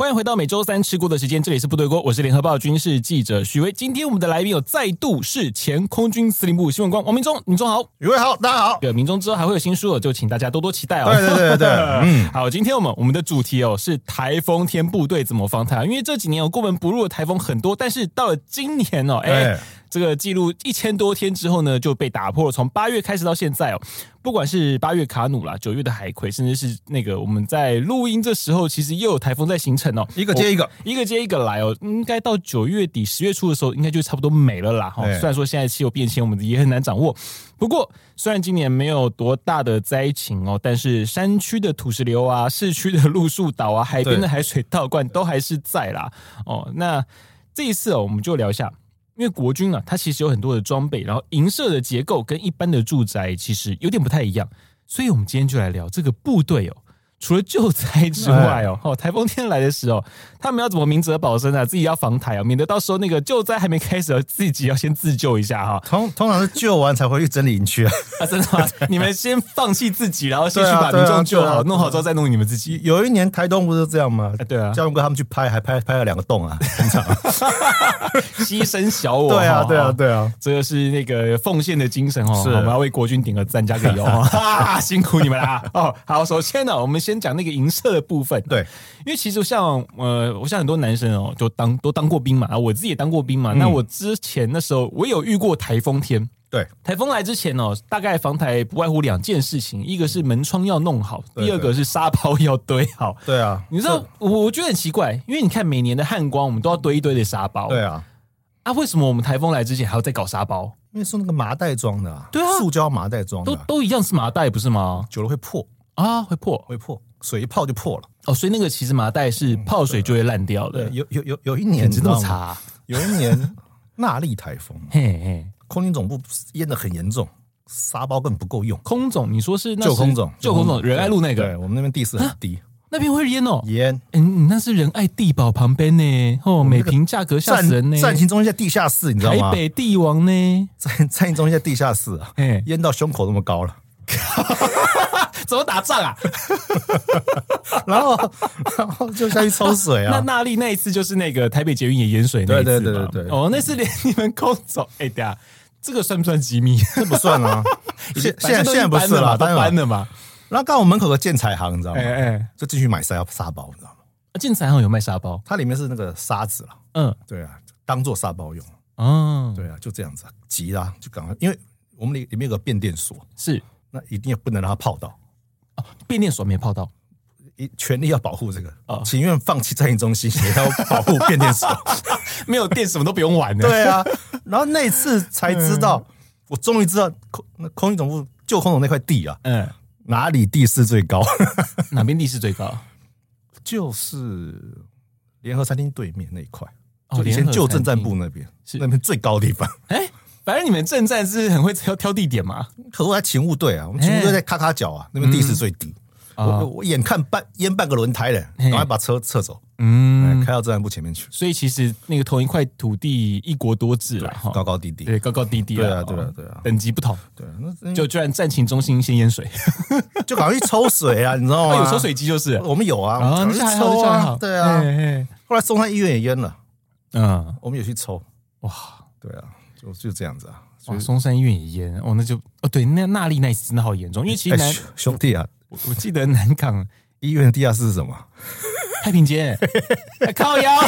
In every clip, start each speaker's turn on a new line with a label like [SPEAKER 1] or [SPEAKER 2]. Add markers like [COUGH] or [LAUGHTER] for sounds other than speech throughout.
[SPEAKER 1] 欢迎回到每周三吃锅的时间，这里是部队锅，我是联合报军事记者许巍。今天我们的来宾有再度是前空军司令部新闻官王明忠，明忠好。
[SPEAKER 2] 宇威好，大家好。
[SPEAKER 1] 对，明忠之后还会有新书哦，就请大家多多期待哦。
[SPEAKER 2] 对对对对对
[SPEAKER 1] [LAUGHS]
[SPEAKER 2] 嗯
[SPEAKER 1] 好，今天我们我们的主题哦是台风天部队怎么防台，因为这几年哦有过门不入的台风很多，但是到了今年哦，哎
[SPEAKER 2] 对。
[SPEAKER 1] 这个记录一千多天之后呢，就被打破了。从八月开始到现在哦，不管是八月卡努啦，九月的海葵，甚至是那个我们在录音这时候，其实又有台风在形成哦，
[SPEAKER 2] 一个接一个
[SPEAKER 1] 我，一个接一个来哦。应该到九月底、十月初的时候，应该就差不多没了啦。哈，
[SPEAKER 2] 对
[SPEAKER 1] 虽然说现在气候变迁，我们也很难掌握。不过，虽然今年没有多大的灾情哦，但是山区的土石流啊、市区的路树倒啊、海边的
[SPEAKER 2] 对
[SPEAKER 1] 海水倒灌都还是在啦。哦，那这一次哦，我们就聊一下，因为国军啊，它其实有很多的装备，然后营舍的结构跟一般的住宅其实有点不太一样，所以我们今天就来聊这个部队哦。除了救灾之外
[SPEAKER 2] [LAUGHS]
[SPEAKER 1] 哦，哦，台风天来的时候，他们要怎么明哲保身啊？自己要防台啊，免得到时候那个救灾还没开始哦，自己要先自救一下哈、
[SPEAKER 2] 通通常是救完才回去整理营区啊， [LAUGHS]
[SPEAKER 1] 啊，真的吗？你们先放弃自己，然后先去
[SPEAKER 2] 对啊
[SPEAKER 1] 把
[SPEAKER 2] 对
[SPEAKER 1] 民
[SPEAKER 2] 啊
[SPEAKER 1] 众救
[SPEAKER 2] 对啊
[SPEAKER 1] 好，
[SPEAKER 2] 对啊
[SPEAKER 1] 弄好之后再弄你们自己。
[SPEAKER 2] 有一年台东不是这样吗
[SPEAKER 1] 啊？对啊
[SPEAKER 2] 嘉荣哥他们去拍，还拍拍了两个洞啊。
[SPEAKER 1] 牺牲小我。
[SPEAKER 2] 对啊，
[SPEAKER 1] 哈
[SPEAKER 2] 对啊，。对啊。
[SPEAKER 1] 这个是那个奉献的精神哦，好
[SPEAKER 2] 是
[SPEAKER 1] 我们要为国军点个赞，加个油
[SPEAKER 2] [LAUGHS]
[SPEAKER 1] 哦哈，辛苦你们啦！哦，好，首先呢，我们先讲那个银色的部分，
[SPEAKER 2] [LAUGHS] 对，
[SPEAKER 1] 因为其实像呃，我像很多男生哦，就当都当过兵嘛，啊我自己也当过兵嘛。
[SPEAKER 2] 嗯
[SPEAKER 1] 那我之前那时候我有遇过台风天，
[SPEAKER 2] 对，
[SPEAKER 1] 台风来之前哦，大概防台不外乎两件事情，一个是门窗要弄好，
[SPEAKER 2] 对
[SPEAKER 1] 第二个是沙包要堆好。
[SPEAKER 2] 对啊，
[SPEAKER 1] 你知道，我我觉得很奇怪，因为你看每年的汉光，我们都要堆一堆的沙包。
[SPEAKER 2] 对啊，
[SPEAKER 1] 啊，为什么我们台风来之前还要再搞沙包？
[SPEAKER 2] 因为是那个麻袋装的啊，
[SPEAKER 1] 对啊
[SPEAKER 2] 塑胶麻袋装的
[SPEAKER 1] 都
[SPEAKER 2] 啊，
[SPEAKER 1] 都一样是麻袋，不是吗？
[SPEAKER 2] 久了会破，
[SPEAKER 1] 啊，会破
[SPEAKER 2] 会破，水一泡就破了。
[SPEAKER 1] 哦，所以那个其实麻袋是泡水就会烂掉的
[SPEAKER 2] 对，。有有有有一年，
[SPEAKER 1] 你这么
[SPEAKER 2] 知道 [LAUGHS] 吗？
[SPEAKER 1] 差，
[SPEAKER 2] 有一年纳莉台风，
[SPEAKER 1] 嘿嘿。
[SPEAKER 2] 空军总部淹的很严重，沙包根本不够用，
[SPEAKER 1] 空总，你说是那
[SPEAKER 2] 救
[SPEAKER 1] 是
[SPEAKER 2] 空总，
[SPEAKER 1] 救空总，仁爱路那
[SPEAKER 2] 对，
[SPEAKER 1] 个
[SPEAKER 2] 我们那边啊地势很低，
[SPEAKER 1] 那边会淹哦。
[SPEAKER 2] 淹。
[SPEAKER 1] 嗯，你那是仁爱地堡旁边呢，哦，每平价格吓
[SPEAKER 2] 战
[SPEAKER 1] 死人呢。
[SPEAKER 2] 战情中心在地下室，你知道
[SPEAKER 1] 台
[SPEAKER 2] 吗？
[SPEAKER 1] 北帝王呢？
[SPEAKER 2] 战战情中心在地下室啊，
[SPEAKER 1] 哎，
[SPEAKER 2] 淹到胸口那么高
[SPEAKER 1] [LAUGHS]
[SPEAKER 2] 了。
[SPEAKER 1] 怎么打仗啊？
[SPEAKER 2] 然后然后就下去抽水
[SPEAKER 1] [LAUGHS] 那
[SPEAKER 2] 啊。
[SPEAKER 1] 那莉那一次就是那个台北捷运也淹水那一次嘛
[SPEAKER 2] 对对对对对
[SPEAKER 1] 哦，那次连你们空总，哎，等一下这个算不算机密？
[SPEAKER 2] 这不算啊，现现
[SPEAKER 1] [LAUGHS]
[SPEAKER 2] 在
[SPEAKER 1] 反正都
[SPEAKER 2] 现
[SPEAKER 1] 已经
[SPEAKER 2] 在不
[SPEAKER 1] 搬
[SPEAKER 2] 是
[SPEAKER 1] 了嘛
[SPEAKER 2] 啦，
[SPEAKER 1] 都
[SPEAKER 2] 当
[SPEAKER 1] 搬
[SPEAKER 2] 然。
[SPEAKER 1] 了嘛。
[SPEAKER 2] 然后刚好我们门口的建材行，你知道吗
[SPEAKER 1] 哎？哎，
[SPEAKER 2] 就进去买沙沙包，你知道吗？
[SPEAKER 1] 建材行有卖沙包，
[SPEAKER 2] 它里面是那个沙子了，
[SPEAKER 1] 嗯，
[SPEAKER 2] 对啊，当做沙包用，
[SPEAKER 1] 哦，
[SPEAKER 2] 对啊，就这样子啊，急啦，就赶快，因为我们里里面有个变电所，
[SPEAKER 1] 是哦
[SPEAKER 2] 那一定不能让它泡到，
[SPEAKER 1] 变电所没泡到，
[SPEAKER 2] 一全力要保护这个
[SPEAKER 1] 哦，
[SPEAKER 2] 情愿放弃战役中心，也要保护变电所。
[SPEAKER 1] 没有电什么都不用玩的。
[SPEAKER 2] 对啊，然后那次才知道，我终于知道空那空运总部旧空总那块地啊，
[SPEAKER 1] 嗯，
[SPEAKER 2] 哪里地势最高？
[SPEAKER 1] 哪边地势最高？
[SPEAKER 2] [LAUGHS] 就是联合餐厅对面那一块，
[SPEAKER 1] 哦
[SPEAKER 2] 就以
[SPEAKER 1] 联
[SPEAKER 2] 前
[SPEAKER 1] 合
[SPEAKER 2] 旧
[SPEAKER 1] 餐
[SPEAKER 2] 政战
[SPEAKER 1] 厅
[SPEAKER 2] 部那边，
[SPEAKER 1] 是
[SPEAKER 2] 那边最高的地方。
[SPEAKER 1] 哎，反正你们政战是很会挑挑地点嘛。
[SPEAKER 2] 可我在勤务队啊，我们勤务队在咔咔角啊，那边地势最低。
[SPEAKER 1] 嗯
[SPEAKER 2] 我
[SPEAKER 1] 啊
[SPEAKER 2] 我我眼看半淹半个轮胎了，
[SPEAKER 1] 嘿
[SPEAKER 2] 赶快把车撤走，哎
[SPEAKER 1] 嗯，
[SPEAKER 2] 开到政战部前面去，
[SPEAKER 1] 所以其实那个同一块土地一国多制了哈，
[SPEAKER 2] 高高低低。
[SPEAKER 1] 对高高低低啦
[SPEAKER 2] 哦对啊对啊
[SPEAKER 1] 哦
[SPEAKER 2] 对啊
[SPEAKER 1] 等级不同，
[SPEAKER 2] 对啊，那就
[SPEAKER 1] 就居然战情中心先淹水，
[SPEAKER 2] 就赶快去抽水啊，你知道
[SPEAKER 1] 啊 [LAUGHS]
[SPEAKER 2] [LAUGHS] 吗？
[SPEAKER 1] 有抽，水机就是
[SPEAKER 2] 我们有啊，
[SPEAKER 1] 啊，
[SPEAKER 2] 我
[SPEAKER 1] 那
[SPEAKER 2] 们
[SPEAKER 1] 就
[SPEAKER 2] 赶快
[SPEAKER 1] 还
[SPEAKER 2] 去
[SPEAKER 1] 好，那
[SPEAKER 2] 抽
[SPEAKER 1] 就还好
[SPEAKER 2] 啊，对啊。
[SPEAKER 1] 嘿嘿
[SPEAKER 2] 后来松山医院也淹了，
[SPEAKER 1] 嗯，
[SPEAKER 2] 我们也去抽，
[SPEAKER 1] 哇。
[SPEAKER 2] 对啊，就就这样子啊。所
[SPEAKER 1] 哇，
[SPEAKER 2] 以
[SPEAKER 1] 松山医院也淹哦，那就哦，对，那那莉那一次真的好严重，因为其实
[SPEAKER 2] 哎
[SPEAKER 1] 南，
[SPEAKER 2] 兄兄弟啊，
[SPEAKER 1] 我我记得南港
[SPEAKER 2] 医院的地下室是什么？ [LAUGHS]
[SPEAKER 1] 太平间、哎靠腰， [LAUGHS]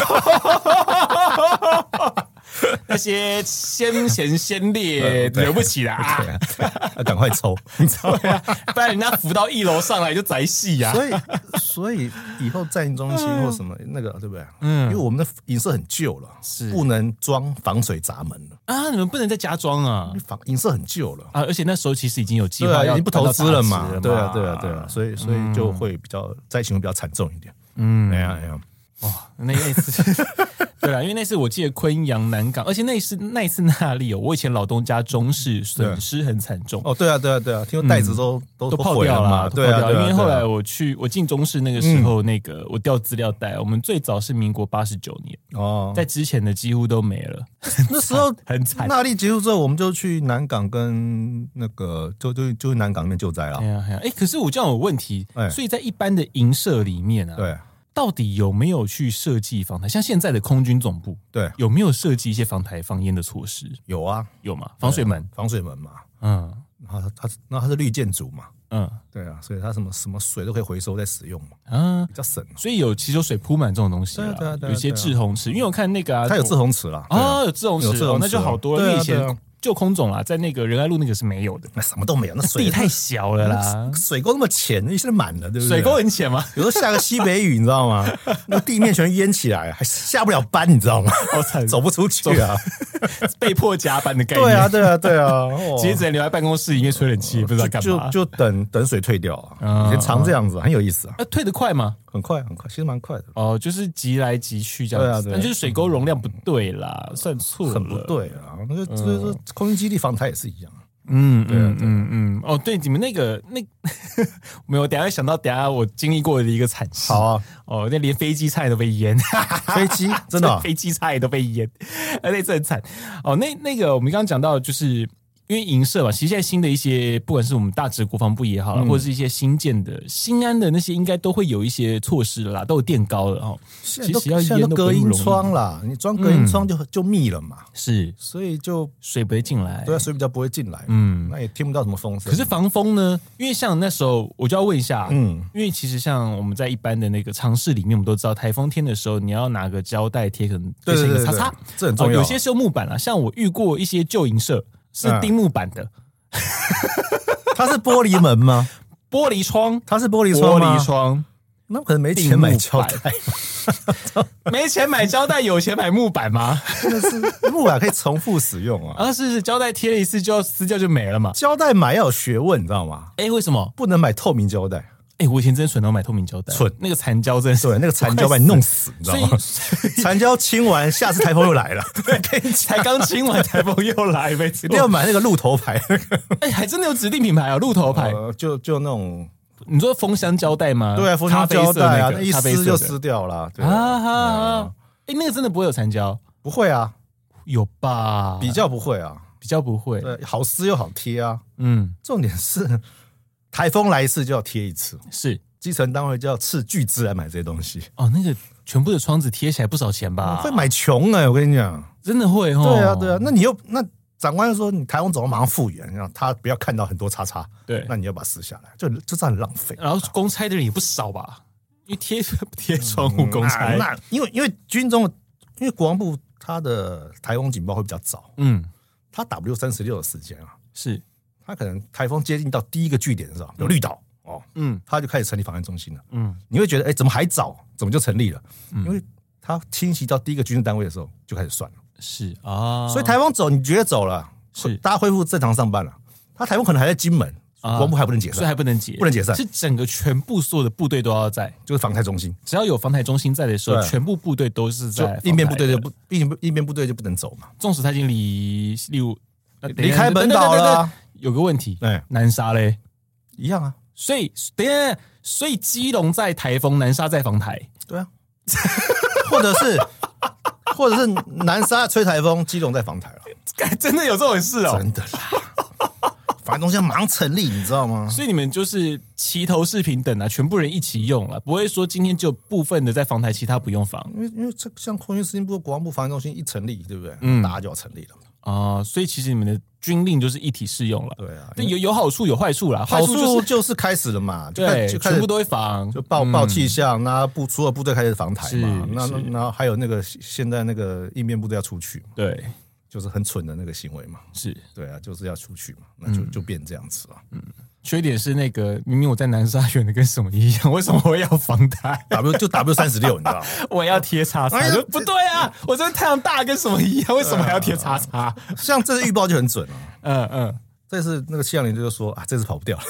[SPEAKER 1] 那些先贤先烈
[SPEAKER 2] 对
[SPEAKER 1] 惹不起啦、啊，
[SPEAKER 2] 对啊， [LAUGHS] 要赶
[SPEAKER 1] [LAUGHS]
[SPEAKER 2] 快抽，你知道吗？
[SPEAKER 1] 不然人家扶到一楼上来就宅戏呀、
[SPEAKER 2] [LAUGHS] 所以，所以以后战役中心或什么那个，对不对？
[SPEAKER 1] 嗯
[SPEAKER 2] 嗯，因为我们的影射很旧了，
[SPEAKER 1] 是
[SPEAKER 2] 不能装防水闸门了，
[SPEAKER 1] 啊！你们不能再加装啊
[SPEAKER 2] 因为防影射很旧了，
[SPEAKER 1] 啊！而且那时候其实已经有计
[SPEAKER 2] 对
[SPEAKER 1] 划
[SPEAKER 2] 啊，已
[SPEAKER 1] 要
[SPEAKER 2] 经不投资了嘛
[SPEAKER 1] 搬，到
[SPEAKER 2] 对
[SPEAKER 1] 大
[SPEAKER 2] 啊，
[SPEAKER 1] 直
[SPEAKER 2] 对啊，对啊，所以所以就会比较灾情会比较惨重一点，
[SPEAKER 1] 嗯
[SPEAKER 2] 哎，呀哎呀，
[SPEAKER 1] 哇，那那一次 [LAUGHS] 对啦，因为那次我记得昆阳南港，而且那一次那一次那里哦，我以前老东家中式损失很惨重，
[SPEAKER 2] 哦，对啊，对啊，对啊，听说袋子都、
[SPEAKER 1] 嗯
[SPEAKER 2] 都
[SPEAKER 1] 都泡
[SPEAKER 2] 毁
[SPEAKER 1] 掉
[SPEAKER 2] 嘛，
[SPEAKER 1] 了，都
[SPEAKER 2] 对
[SPEAKER 1] 泡
[SPEAKER 2] 啊，
[SPEAKER 1] 掉
[SPEAKER 2] 对啊嗯
[SPEAKER 1] 了。因为后来
[SPEAKER 2] 对啊
[SPEAKER 1] 我去我进中式那个时候，那个我调资料袋，我们最早是民国八十九年， [LAUGHS]
[SPEAKER 2] 哦，
[SPEAKER 1] 在之前的几乎都没了，
[SPEAKER 2] 那时候
[SPEAKER 1] 很惨。
[SPEAKER 2] 那莉结束之后，我们就去南港跟那个就就就去南港那边救灾了
[SPEAKER 1] 哎。呀哎呀，哎，可是我这样有问题
[SPEAKER 2] 哎，
[SPEAKER 1] 所以在一般的营舍里面啊，
[SPEAKER 2] 对
[SPEAKER 1] 到底有没有去设计防台？像现在的空军总部
[SPEAKER 2] 对，
[SPEAKER 1] 有没有设计一些防台防烟的措施？
[SPEAKER 2] 有啊，
[SPEAKER 1] 有吗？防水门，
[SPEAKER 2] 防水门嘛，
[SPEAKER 1] 嗯
[SPEAKER 2] 然后它它是那它是绿建筑嘛，
[SPEAKER 1] 嗯
[SPEAKER 2] 对啊，所以它什么什么水都可以回收再使用嘛，
[SPEAKER 1] 啊，
[SPEAKER 2] 比较省。
[SPEAKER 1] 所以有祈求水铺满这种东西啦，
[SPEAKER 2] 对啊对啊对啊
[SPEAKER 1] 有些
[SPEAKER 2] 对啊
[SPEAKER 1] 志红池，因为我看那个啊，
[SPEAKER 2] 它有自红池啦，
[SPEAKER 1] 啊，有志红池，
[SPEAKER 2] 有志
[SPEAKER 1] 哦
[SPEAKER 2] 红池
[SPEAKER 1] 那就好多了。因
[SPEAKER 2] 对啊
[SPEAKER 1] 为以
[SPEAKER 2] 对啊
[SPEAKER 1] 前就空总啦，在那个仁爱路那个是没有的，
[SPEAKER 2] 那什么都没有，那水啊
[SPEAKER 1] 地太小了啦，
[SPEAKER 2] 水沟那么浅，一下满了，对不对？
[SPEAKER 1] 水沟很浅
[SPEAKER 2] [LAUGHS]
[SPEAKER 1] 嘛，
[SPEAKER 2] 有时候下个西北雨，你知
[SPEAKER 1] [LAUGHS]
[SPEAKER 2] 道吗？那地面全淹起来，还下不了班，你知道吗？
[SPEAKER 1] 好 [LAUGHS] 惨，
[SPEAKER 2] 走不出去啊！
[SPEAKER 1] 被迫加班的概念。
[SPEAKER 2] 对啊，，对啊，对啊！哦
[SPEAKER 1] 直接只能留在办公室里面吹冷气，不知道干
[SPEAKER 2] 就
[SPEAKER 1] 嘛。
[SPEAKER 2] 就等等水退掉
[SPEAKER 1] 嗯
[SPEAKER 2] 啊，以前常这样子，很有意思啊，
[SPEAKER 1] 啊，退得快嘛？
[SPEAKER 2] 很快很快，其实蛮快的，
[SPEAKER 1] 哦，就是急来急去这样子，
[SPEAKER 2] 对啊对啊
[SPEAKER 1] 但就是水沟容量不对啦，算错了，
[SPEAKER 2] 很不。对啊。那个所以说，空军基地防台也是一样，
[SPEAKER 1] 嗯
[SPEAKER 2] 对啊
[SPEAKER 1] 嗯嗯嗯，哦，对，你们那个那 [LAUGHS] 没有，我等一下想到等一下我经历过的一个惨事。
[SPEAKER 2] [LAUGHS] 好啊，
[SPEAKER 1] 哦，那连飞机菜都被淹，
[SPEAKER 2] 飞机
[SPEAKER 1] [LAUGHS]
[SPEAKER 2] 真的啊
[SPEAKER 1] 飞机菜都被淹， [LAUGHS] 而且这很惨。哦，那那个我们刚刚讲到，就是因为银社嘛，其实现在新的一些，不管是我们大直国防部也好
[SPEAKER 2] 嗯
[SPEAKER 1] 啦，或者是一些新建的新安的那些，应该都会有一些措施了啦，都有垫高了哦。
[SPEAKER 2] 现在都
[SPEAKER 1] 其实要淹
[SPEAKER 2] 现在
[SPEAKER 1] 都不
[SPEAKER 2] 都隔
[SPEAKER 1] 容易嗯
[SPEAKER 2] 音窗啦，你装隔音窗就就密了嘛，
[SPEAKER 1] 是
[SPEAKER 2] 所以就
[SPEAKER 1] 水不会进来，
[SPEAKER 2] 对啊，水比较不会进来，
[SPEAKER 1] 哎嗯
[SPEAKER 2] 嗯，那也听不到什么风声。
[SPEAKER 1] 可是防风呢？因为像那时候，我就要问一下，嗯，
[SPEAKER 2] 嗯，
[SPEAKER 1] 因为其实像我们在一般的那个尝试里面，我们都知道台风天的时候，你要拿个胶带贴，可能贴
[SPEAKER 2] 对
[SPEAKER 1] 成
[SPEAKER 2] 对
[SPEAKER 1] 一个
[SPEAKER 2] 对，
[SPEAKER 1] 叉叉哦
[SPEAKER 2] 对，这很重要啊。
[SPEAKER 1] 有些是用木板啊，像我遇过一些旧银社是
[SPEAKER 2] 嗯
[SPEAKER 1] 钉木板的、
[SPEAKER 2] 它是玻璃门
[SPEAKER 1] [LAUGHS]
[SPEAKER 2] 吗？
[SPEAKER 1] 玻璃窗，
[SPEAKER 2] 它是玻璃
[SPEAKER 1] 玻
[SPEAKER 2] 窗吗
[SPEAKER 1] 璃窗，
[SPEAKER 2] 那可能没钱买胶 [LAUGHS]
[SPEAKER 1] 定
[SPEAKER 2] 带，
[SPEAKER 1] [LAUGHS] 没钱买胶带，有钱买木板吗？
[SPEAKER 2] 真的是木板可以重复使用啊。
[SPEAKER 1] 啊，是是，胶带贴了一次就要撕掉就没了嘛。
[SPEAKER 2] 胶带买要有学问，你知道吗？
[SPEAKER 1] 哎、为什么？
[SPEAKER 2] 不能买透明胶带，
[SPEAKER 1] 哎、我以前真的蠢到买透明胶带，
[SPEAKER 2] 蠢
[SPEAKER 1] 那个残胶真的是
[SPEAKER 2] 对，那个残胶把你弄死，你知道吗？ [LAUGHS] 残胶清完，下次台风又来 [LAUGHS] 了，
[SPEAKER 1] 对， [LAUGHS] 才刚清完台风又来，没错
[SPEAKER 2] 一定。要买那个鹿头牌，那个
[SPEAKER 1] 哎、还真的有指定品牌啊，鹿头牌。
[SPEAKER 2] 呃就就那种
[SPEAKER 1] 你说封箱胶带吗？
[SPEAKER 2] 对啊，封箱胶带
[SPEAKER 1] 咖
[SPEAKER 2] 啊，那
[SPEAKER 1] 啡
[SPEAKER 2] 一
[SPEAKER 1] 色那个
[SPEAKER 2] 撕就。
[SPEAKER 1] 咖啡色
[SPEAKER 2] 撕掉了，对
[SPEAKER 1] 的啊
[SPEAKER 2] 啊，
[SPEAKER 1] 哈啊！哎、那个真的不会有残胶，
[SPEAKER 2] 不会啊，
[SPEAKER 1] 有吧？
[SPEAKER 2] 比较不会啊，
[SPEAKER 1] 比较不会。
[SPEAKER 2] 对，好撕又好贴啊。
[SPEAKER 1] 嗯，
[SPEAKER 2] 重点是台风来一次就要贴一次，
[SPEAKER 1] 是
[SPEAKER 2] 基层单位就要斥巨资来买这些东西，
[SPEAKER 1] 哦，那个全部的窗子贴起来不少钱吧？
[SPEAKER 2] 会买穷哎，我跟你讲。
[SPEAKER 1] 真的会哦。
[SPEAKER 2] 对啊，对啊，那你又那长官又说你台风总要马上复原，让他不要看到很多叉叉，
[SPEAKER 1] 对
[SPEAKER 2] 那你要把它撕下来，就就这样很浪费。
[SPEAKER 1] 然后公差的人也不少吧？因为贴贴窗户公差，
[SPEAKER 2] 嗯那那因为因为军中，因为国防部它的台风警报会比较早，
[SPEAKER 1] 嗯，
[SPEAKER 2] 它 W 三十六的时间啊，
[SPEAKER 1] 是，
[SPEAKER 2] 它可能台风接近到第一个据点的时候，有绿岛哦，
[SPEAKER 1] 嗯
[SPEAKER 2] 它就开始成立防御中心了。
[SPEAKER 1] 嗯，
[SPEAKER 2] 你会觉得哎，怎么还早？怎么就成立了？因为它侵袭到第一个军事单位的时候就开始算了。
[SPEAKER 1] 是啊。
[SPEAKER 2] 所以台风走，你觉得走了，
[SPEAKER 1] 是
[SPEAKER 2] 大家恢复正常上班了。他台风可能还在金门，
[SPEAKER 1] 啊
[SPEAKER 2] 国防部还不能解
[SPEAKER 1] 所以
[SPEAKER 2] 散，
[SPEAKER 1] 还不能解，
[SPEAKER 2] 不能解散
[SPEAKER 1] 是整个全部所有的部队都要在，
[SPEAKER 2] 就是防台中心，
[SPEAKER 1] 只要有防台中心在的时候，
[SPEAKER 2] 对
[SPEAKER 1] 全部部队都是
[SPEAKER 2] 就
[SPEAKER 1] 在
[SPEAKER 2] 应变部队
[SPEAKER 1] 防台的
[SPEAKER 2] 就不应变应变部队就不能走嘛。
[SPEAKER 1] 纵使他已经离例如呃等一
[SPEAKER 2] 离
[SPEAKER 1] 下
[SPEAKER 2] 开本岛了啊
[SPEAKER 1] 等等等等有个问题，
[SPEAKER 2] 哎，
[SPEAKER 1] 南沙嘞，
[SPEAKER 2] 一样啊，
[SPEAKER 1] 所以等一下，所以基隆在台风，南沙在防台， [LAUGHS]
[SPEAKER 2] 对啊， [LAUGHS] 或者是或者是南沙吹台风，基隆在防台了，
[SPEAKER 1] 干真的有这种事哦。
[SPEAKER 2] 真的啦。防台中心马上成立，你知道吗？
[SPEAKER 1] 所以你们就是齐头是平等啊，全部人一起用了，不会说今天就部分的在防台，其他不用防
[SPEAKER 2] 因为因为这像空军司令部、国防部防台中心一成立，对不对？
[SPEAKER 1] 嗯
[SPEAKER 2] 大家就要成立了。
[SPEAKER 1] 啊、所以其实你们的军令就是一体适用了。
[SPEAKER 2] 对啊，
[SPEAKER 1] 对，有有好处有坏处啦，
[SPEAKER 2] 好
[SPEAKER 1] 坏处就
[SPEAKER 2] 处
[SPEAKER 1] 是
[SPEAKER 2] 就是开始了嘛，就开
[SPEAKER 1] 对，
[SPEAKER 2] 就开始
[SPEAKER 1] 全部都会防，
[SPEAKER 2] 就报报气象，那部除了部队开始防台嘛，
[SPEAKER 1] 是
[SPEAKER 2] 那那
[SPEAKER 1] 是
[SPEAKER 2] 那还有那个现在那个应变部队要出去嘛，
[SPEAKER 1] 对，
[SPEAKER 2] 就是很蠢的那个行为嘛，
[SPEAKER 1] 是。
[SPEAKER 2] 对啊，就是要出去嘛，那
[SPEAKER 1] 嗯
[SPEAKER 2] 就、就变这样子了。
[SPEAKER 1] 缺点是那个明明我在南沙选的跟什么一样，为什么我要防台？
[SPEAKER 2] W 就 W 三十六，你知道吗？
[SPEAKER 1] [LAUGHS] 我要贴叉叉，
[SPEAKER 2] 哎呀
[SPEAKER 1] 就不对啊！我这太阳大跟什么一样，为什么还要贴叉叉？
[SPEAKER 2] 像这次预报就很准啊，
[SPEAKER 1] [LAUGHS] 嗯嗯，
[SPEAKER 2] 这次那个气象连队就说啊，这次跑不
[SPEAKER 1] [LAUGHS]
[SPEAKER 2] 掉了。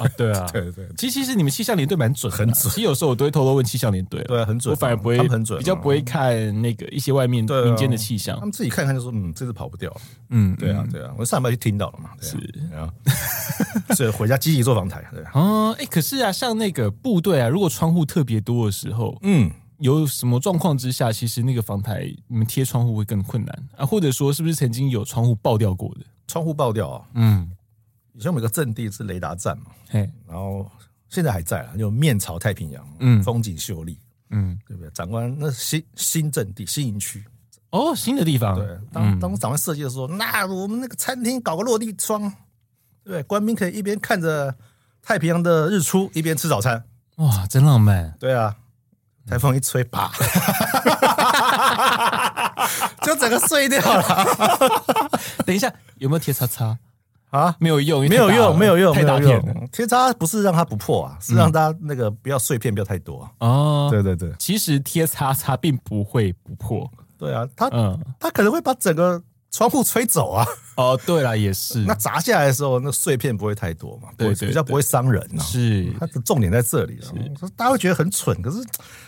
[SPEAKER 1] 啊，对啊，
[SPEAKER 2] 对对
[SPEAKER 1] 其实其实你们气象联队蛮准的啦，
[SPEAKER 2] 很准
[SPEAKER 1] 其实有时候我都会偷偷问气象联队啦，
[SPEAKER 2] 对啊，很准啊，
[SPEAKER 1] 我反而不会，
[SPEAKER 2] 他们很准啊，
[SPEAKER 1] 比较不会看那个一些外面
[SPEAKER 2] 对啊
[SPEAKER 1] 民间的气象
[SPEAKER 2] 他。们自己看看就说，嗯，这次跑不掉了。
[SPEAKER 1] 嗯，
[SPEAKER 2] 对啊，
[SPEAKER 1] 嗯。
[SPEAKER 2] 对啊，我上班就听到了嘛，对啊，是，所以回家积极做访谈，对啊，
[SPEAKER 1] 哦，哎，可是啊，像那个部队啊，如果窗户特别多的时候，
[SPEAKER 2] 嗯，
[SPEAKER 1] 有什么状况之下，其实那个防台你们贴窗户会更困难啊，或者说是不是曾经有窗户爆掉过的？
[SPEAKER 2] 窗户爆掉啊，
[SPEAKER 1] 嗯，
[SPEAKER 2] 以前我们有个阵地是雷达站嘛，
[SPEAKER 1] 嘿，
[SPEAKER 2] 然后现在还在啊，就面朝太平洋，
[SPEAKER 1] 嗯
[SPEAKER 2] 风景秀丽，
[SPEAKER 1] 嗯，
[SPEAKER 2] 对不对？长官那新新阵地新营区，
[SPEAKER 1] 哦，新的地方，
[SPEAKER 2] 对，
[SPEAKER 1] 嗯
[SPEAKER 2] 当当长官设计的时候，那我们那个餐厅搞个落地窗，对不对？官兵可以一边看着太平洋的日出，一边吃早餐，
[SPEAKER 1] 哇，真浪漫， [LAUGHS]
[SPEAKER 2] 对啊，台风一吹，啪，
[SPEAKER 1] 嗯
[SPEAKER 2] [LAUGHS] 就整个碎掉了
[SPEAKER 1] 等一下，有没有贴叉叉？
[SPEAKER 2] 啊！
[SPEAKER 1] 没有用，因为
[SPEAKER 2] 没有
[SPEAKER 1] 太大了
[SPEAKER 2] 用，没有用，
[SPEAKER 1] 太
[SPEAKER 2] 没
[SPEAKER 1] 大
[SPEAKER 2] 有
[SPEAKER 1] 片了
[SPEAKER 2] 用。其实它不是让它不破啊，是让它那个不要碎片，不要太多啊。
[SPEAKER 1] 哦。
[SPEAKER 2] 对对对，
[SPEAKER 1] 其实贴叉叉并不会不破，
[SPEAKER 2] 对啊，它
[SPEAKER 1] 嗯，
[SPEAKER 2] 它可能会把整个窗户吹走啊。
[SPEAKER 1] 哦，对了，也是
[SPEAKER 2] 那，砸下来的时候，那碎片不会太多嘛，不会
[SPEAKER 1] 对对
[SPEAKER 2] 比较不会伤人啊。
[SPEAKER 1] 是
[SPEAKER 2] 它的重点在这里啊，大家会觉得很蠢，可是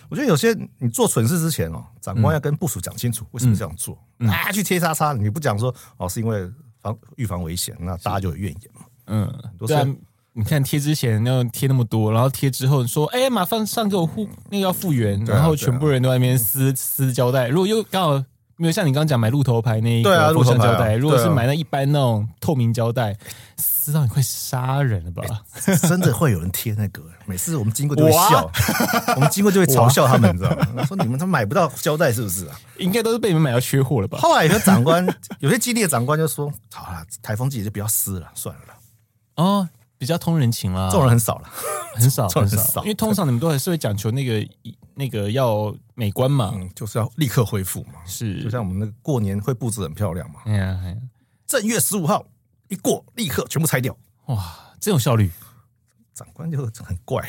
[SPEAKER 2] 我觉得有些你做蠢事之前哦，长官要跟部署讲清楚为什么这样做，啊，去贴叉叉，你不讲说哦是因为防预防危险，那大家就有怨言嘛。
[SPEAKER 1] 嗯，
[SPEAKER 2] 多
[SPEAKER 1] 对啊
[SPEAKER 2] 是。
[SPEAKER 1] 你看贴之前那种贴那么多，然后贴之后说，哎、马上上给我护那个要复原，
[SPEAKER 2] 对啊啊
[SPEAKER 1] 然后
[SPEAKER 2] 对啊
[SPEAKER 1] 全部人都在那边撕撕胶带。如果又刚好没有像你刚刚讲买鹿头牌那一
[SPEAKER 2] 对啊
[SPEAKER 1] 个
[SPEAKER 2] 鹿
[SPEAKER 1] 封
[SPEAKER 2] 头
[SPEAKER 1] 箱
[SPEAKER 2] 牌啊
[SPEAKER 1] 胶带，如果是
[SPEAKER 2] 对啊
[SPEAKER 1] 买那一般那种透明胶带，撕到你快杀人了吧？
[SPEAKER 2] 真的会有人贴那个，每次我们经过就会
[SPEAKER 1] 我啊
[SPEAKER 2] 笑，我们经过就会嘲笑他们，你知道吗？ [LAUGHS] 说你们他买不到胶带是不是啊？
[SPEAKER 1] 应该都是被你们买到缺货了
[SPEAKER 2] [LAUGHS]
[SPEAKER 1] 吧？
[SPEAKER 2] 后来有些长官，有些基地的长官就说：“好了，台风季节就不要撕了，算了啦，
[SPEAKER 1] 哦，比较通人情啦，
[SPEAKER 2] 这种人很少了。”
[SPEAKER 1] 很少
[SPEAKER 2] 这种
[SPEAKER 1] 很
[SPEAKER 2] 人
[SPEAKER 1] 少，
[SPEAKER 2] 少
[SPEAKER 1] 因为通常你们都还是会讲求那个那个要美观嘛，
[SPEAKER 2] 嗯，就是要立刻恢复嘛。
[SPEAKER 1] 是，
[SPEAKER 2] 就像我们那个过年会布置很漂亮嘛，
[SPEAKER 1] 哎呀哎呀，
[SPEAKER 2] 正月十五号一过，立刻全部拆掉。
[SPEAKER 1] 哇，真有效率。
[SPEAKER 2] 长官就很怪，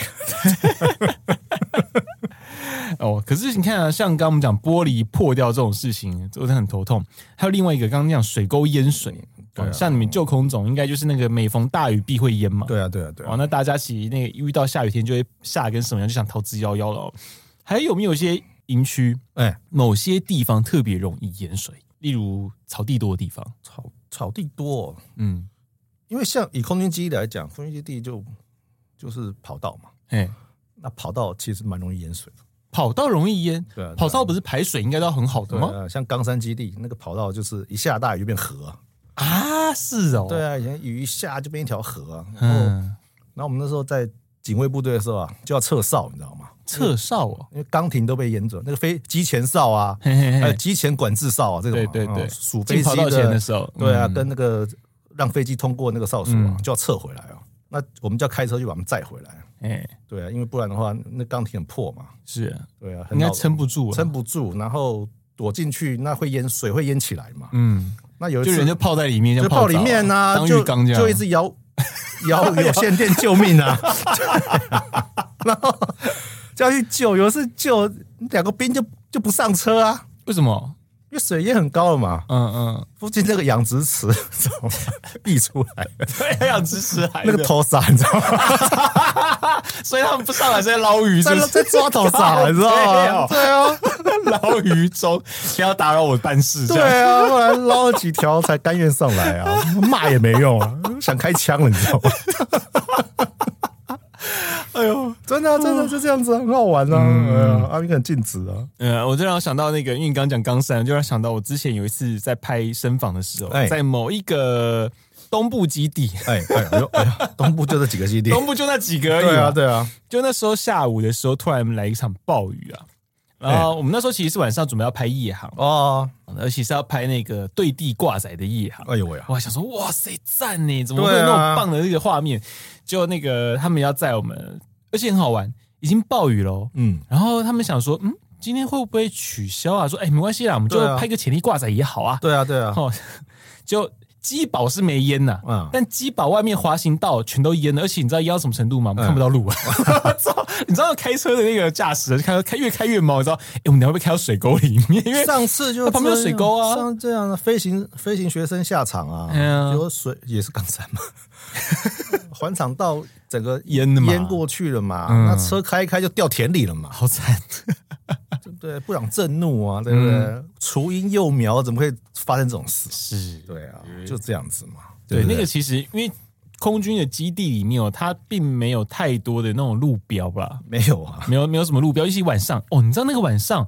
[SPEAKER 1] 哦，可是你看啊，像刚刚我们讲玻璃破掉这种事情，真的很头痛。还有另外一个，刚刚讲水沟淹水，
[SPEAKER 2] 对啊
[SPEAKER 1] 哦像你们救空总应该就是那个每逢大雨必会淹嘛。
[SPEAKER 2] 对啊，对啊，对
[SPEAKER 1] 哦，
[SPEAKER 2] 啊。
[SPEAKER 1] 那大家其实那个遇到下雨天就会吓得跟什么样，就想逃之夭夭了、哦。还有没有一些营区
[SPEAKER 2] 哎，
[SPEAKER 1] 某些地方特别容易淹水，例如草地多的地方？
[SPEAKER 2] 草草地多、哦，
[SPEAKER 1] 嗯，
[SPEAKER 2] 因为像以空军基地来讲，空军基地就就是跑道嘛，
[SPEAKER 1] 哎，
[SPEAKER 2] 那跑道其实蛮容易淹水的。
[SPEAKER 1] 跑道容易淹，
[SPEAKER 2] 对啊，
[SPEAKER 1] 跑道不是排水应该都很好的
[SPEAKER 2] 对
[SPEAKER 1] 吗？
[SPEAKER 2] 啊，像冈山基地那个跑道，就是一下大雨就变河、啊。
[SPEAKER 1] 啊，是哦，
[SPEAKER 2] 对啊，以前雨一下就变一条河、啊。然后，
[SPEAKER 1] 嗯，
[SPEAKER 2] 然后我们那时候在警卫部队的时候啊，就要撤哨，你知道吗？
[SPEAKER 1] 侧哨哦，
[SPEAKER 2] 因为钢艇都被淹走，那个飞机前哨啊，
[SPEAKER 1] 嘿嘿嘿
[SPEAKER 2] 还有机前管制哨啊，这种
[SPEAKER 1] 哎对哦
[SPEAKER 2] 啊
[SPEAKER 1] 对对
[SPEAKER 2] 嗯，数
[SPEAKER 1] 进
[SPEAKER 2] 飞
[SPEAKER 1] 跑
[SPEAKER 2] 机
[SPEAKER 1] 道前的时候，
[SPEAKER 2] 对啊，
[SPEAKER 1] 嗯
[SPEAKER 2] 跟那个让飞机通过那个哨所啊
[SPEAKER 1] 嗯，
[SPEAKER 2] 就要撤回来啊。那我们就要开车去把他们载回来。
[SPEAKER 1] 哎
[SPEAKER 2] 对啊，因为不然的话，那钢艇很破嘛。
[SPEAKER 1] 是
[SPEAKER 2] 对啊，
[SPEAKER 1] 应该
[SPEAKER 2] 很老
[SPEAKER 1] 撑不住了，
[SPEAKER 2] 撑不住，然后躲进去，那会淹水，会淹起来嘛。
[SPEAKER 1] 嗯，
[SPEAKER 2] 那有一
[SPEAKER 1] 就
[SPEAKER 2] 次
[SPEAKER 1] 人就泡在里面，
[SPEAKER 2] 就
[SPEAKER 1] 像
[SPEAKER 2] 泡
[SPEAKER 1] 澡啊
[SPEAKER 2] 里面呐、
[SPEAKER 1] 当
[SPEAKER 2] 就
[SPEAKER 1] 浴缸这样，
[SPEAKER 2] 就一直摇摇有线电救命啊， [LAUGHS] 然后就要去救，有一次救两个兵就就不上车啊，
[SPEAKER 1] 为什么？
[SPEAKER 2] 因为水也很高了嘛，
[SPEAKER 1] 嗯 [LAUGHS] 嗯，
[SPEAKER 2] 附近那个养殖池 [LAUGHS] 怎么溢出来了，
[SPEAKER 1] 对，想支持孩
[SPEAKER 2] 那个，头鲨你知道吗？
[SPEAKER 1] 所以他们不上来是在捞鱼，
[SPEAKER 2] 在
[SPEAKER 1] 是不 [LAUGHS]
[SPEAKER 2] 在
[SPEAKER 1] 是
[SPEAKER 2] 抓头鲨，你知道 [LAUGHS] 吗？
[SPEAKER 1] [LAUGHS] 对啊，捞鱼中，不要打扰我办事，这
[SPEAKER 2] 对
[SPEAKER 1] 样
[SPEAKER 2] 啊，后来捞了几条才甘愿上来啊，骂也没用啊，想开枪了，你知道吗？
[SPEAKER 1] 哎呦，
[SPEAKER 2] 真的啊、真的啊就这样子啊、很好玩啊！哎呀阿明很尽职啊，
[SPEAKER 1] 呃，我就让我想到那个，因为你刚刚讲冈山，就让我想到我之前有一次在拍深访的时候，
[SPEAKER 2] 哎
[SPEAKER 1] 在某一个东部基 [LAUGHS] 地，
[SPEAKER 2] 哎哎哎呦哎呀，东部就这几个基地，
[SPEAKER 1] 东部就那几个而已
[SPEAKER 2] 对
[SPEAKER 1] 嘛
[SPEAKER 2] 啊，对啊，
[SPEAKER 1] 就那时候下午的时候，突然来一场暴雨啊。然后我们那时候其实是晚上准备要拍夜航，
[SPEAKER 2] 哦，
[SPEAKER 1] 而且是要拍那个对地挂载的夜航。
[SPEAKER 2] 哎呦喂啊，
[SPEAKER 1] 我还想说，哇塞，赞呢！怎么会有
[SPEAKER 2] 对啊
[SPEAKER 1] 那么棒的那个画面？就那个他们要载我们，而且很好玩，已经暴雨喽。
[SPEAKER 2] 嗯，
[SPEAKER 1] 然后他们想说，嗯，今天会不会取消啊？说，哎，没关系啦，我们就
[SPEAKER 2] 对啊
[SPEAKER 1] 拍个潜力挂载也好啊。
[SPEAKER 2] 对啊，对
[SPEAKER 1] [LAUGHS]
[SPEAKER 2] 啊，
[SPEAKER 1] 哦，就基堡是没淹呐、
[SPEAKER 2] 嗯
[SPEAKER 1] 但基堡外面滑行道全都淹了，而且你知道淹到什么程度吗？我们看不到路啊！ [LAUGHS] 操、你知道开车的那个驾驶人开开越开越毛，你知道？哎、我们等一下会不会开到水沟里面？因为
[SPEAKER 2] 上次就
[SPEAKER 1] 那旁边有
[SPEAKER 2] 这
[SPEAKER 1] 水
[SPEAKER 2] 样
[SPEAKER 1] 沟啊
[SPEAKER 2] 上这样的飞行飞行学生下场啊，
[SPEAKER 1] 哎呀
[SPEAKER 2] 有水也是冈山嘛， [LAUGHS] 环场道整个
[SPEAKER 1] 淹的嘛
[SPEAKER 2] 淹过去了嘛，
[SPEAKER 1] 嗯
[SPEAKER 2] 那车开一开就掉田里了
[SPEAKER 1] [LAUGHS]
[SPEAKER 2] 嘛，
[SPEAKER 1] 好惨，
[SPEAKER 2] 对不对？不想震怒啊，对不对？
[SPEAKER 1] 嗯
[SPEAKER 2] 雏鹰幼苗怎么可以发生这种事？
[SPEAKER 1] 是
[SPEAKER 2] 对啊，就这样子嘛，
[SPEAKER 1] 对，
[SPEAKER 2] 不
[SPEAKER 1] 那个其实因为空军的基地里面哦，它并没有太多的那种路标吧，
[SPEAKER 2] 没有
[SPEAKER 1] [LAUGHS]
[SPEAKER 2] 啊，
[SPEAKER 1] 没有没有什么路标，尤其晚上哦，你知道那个晚上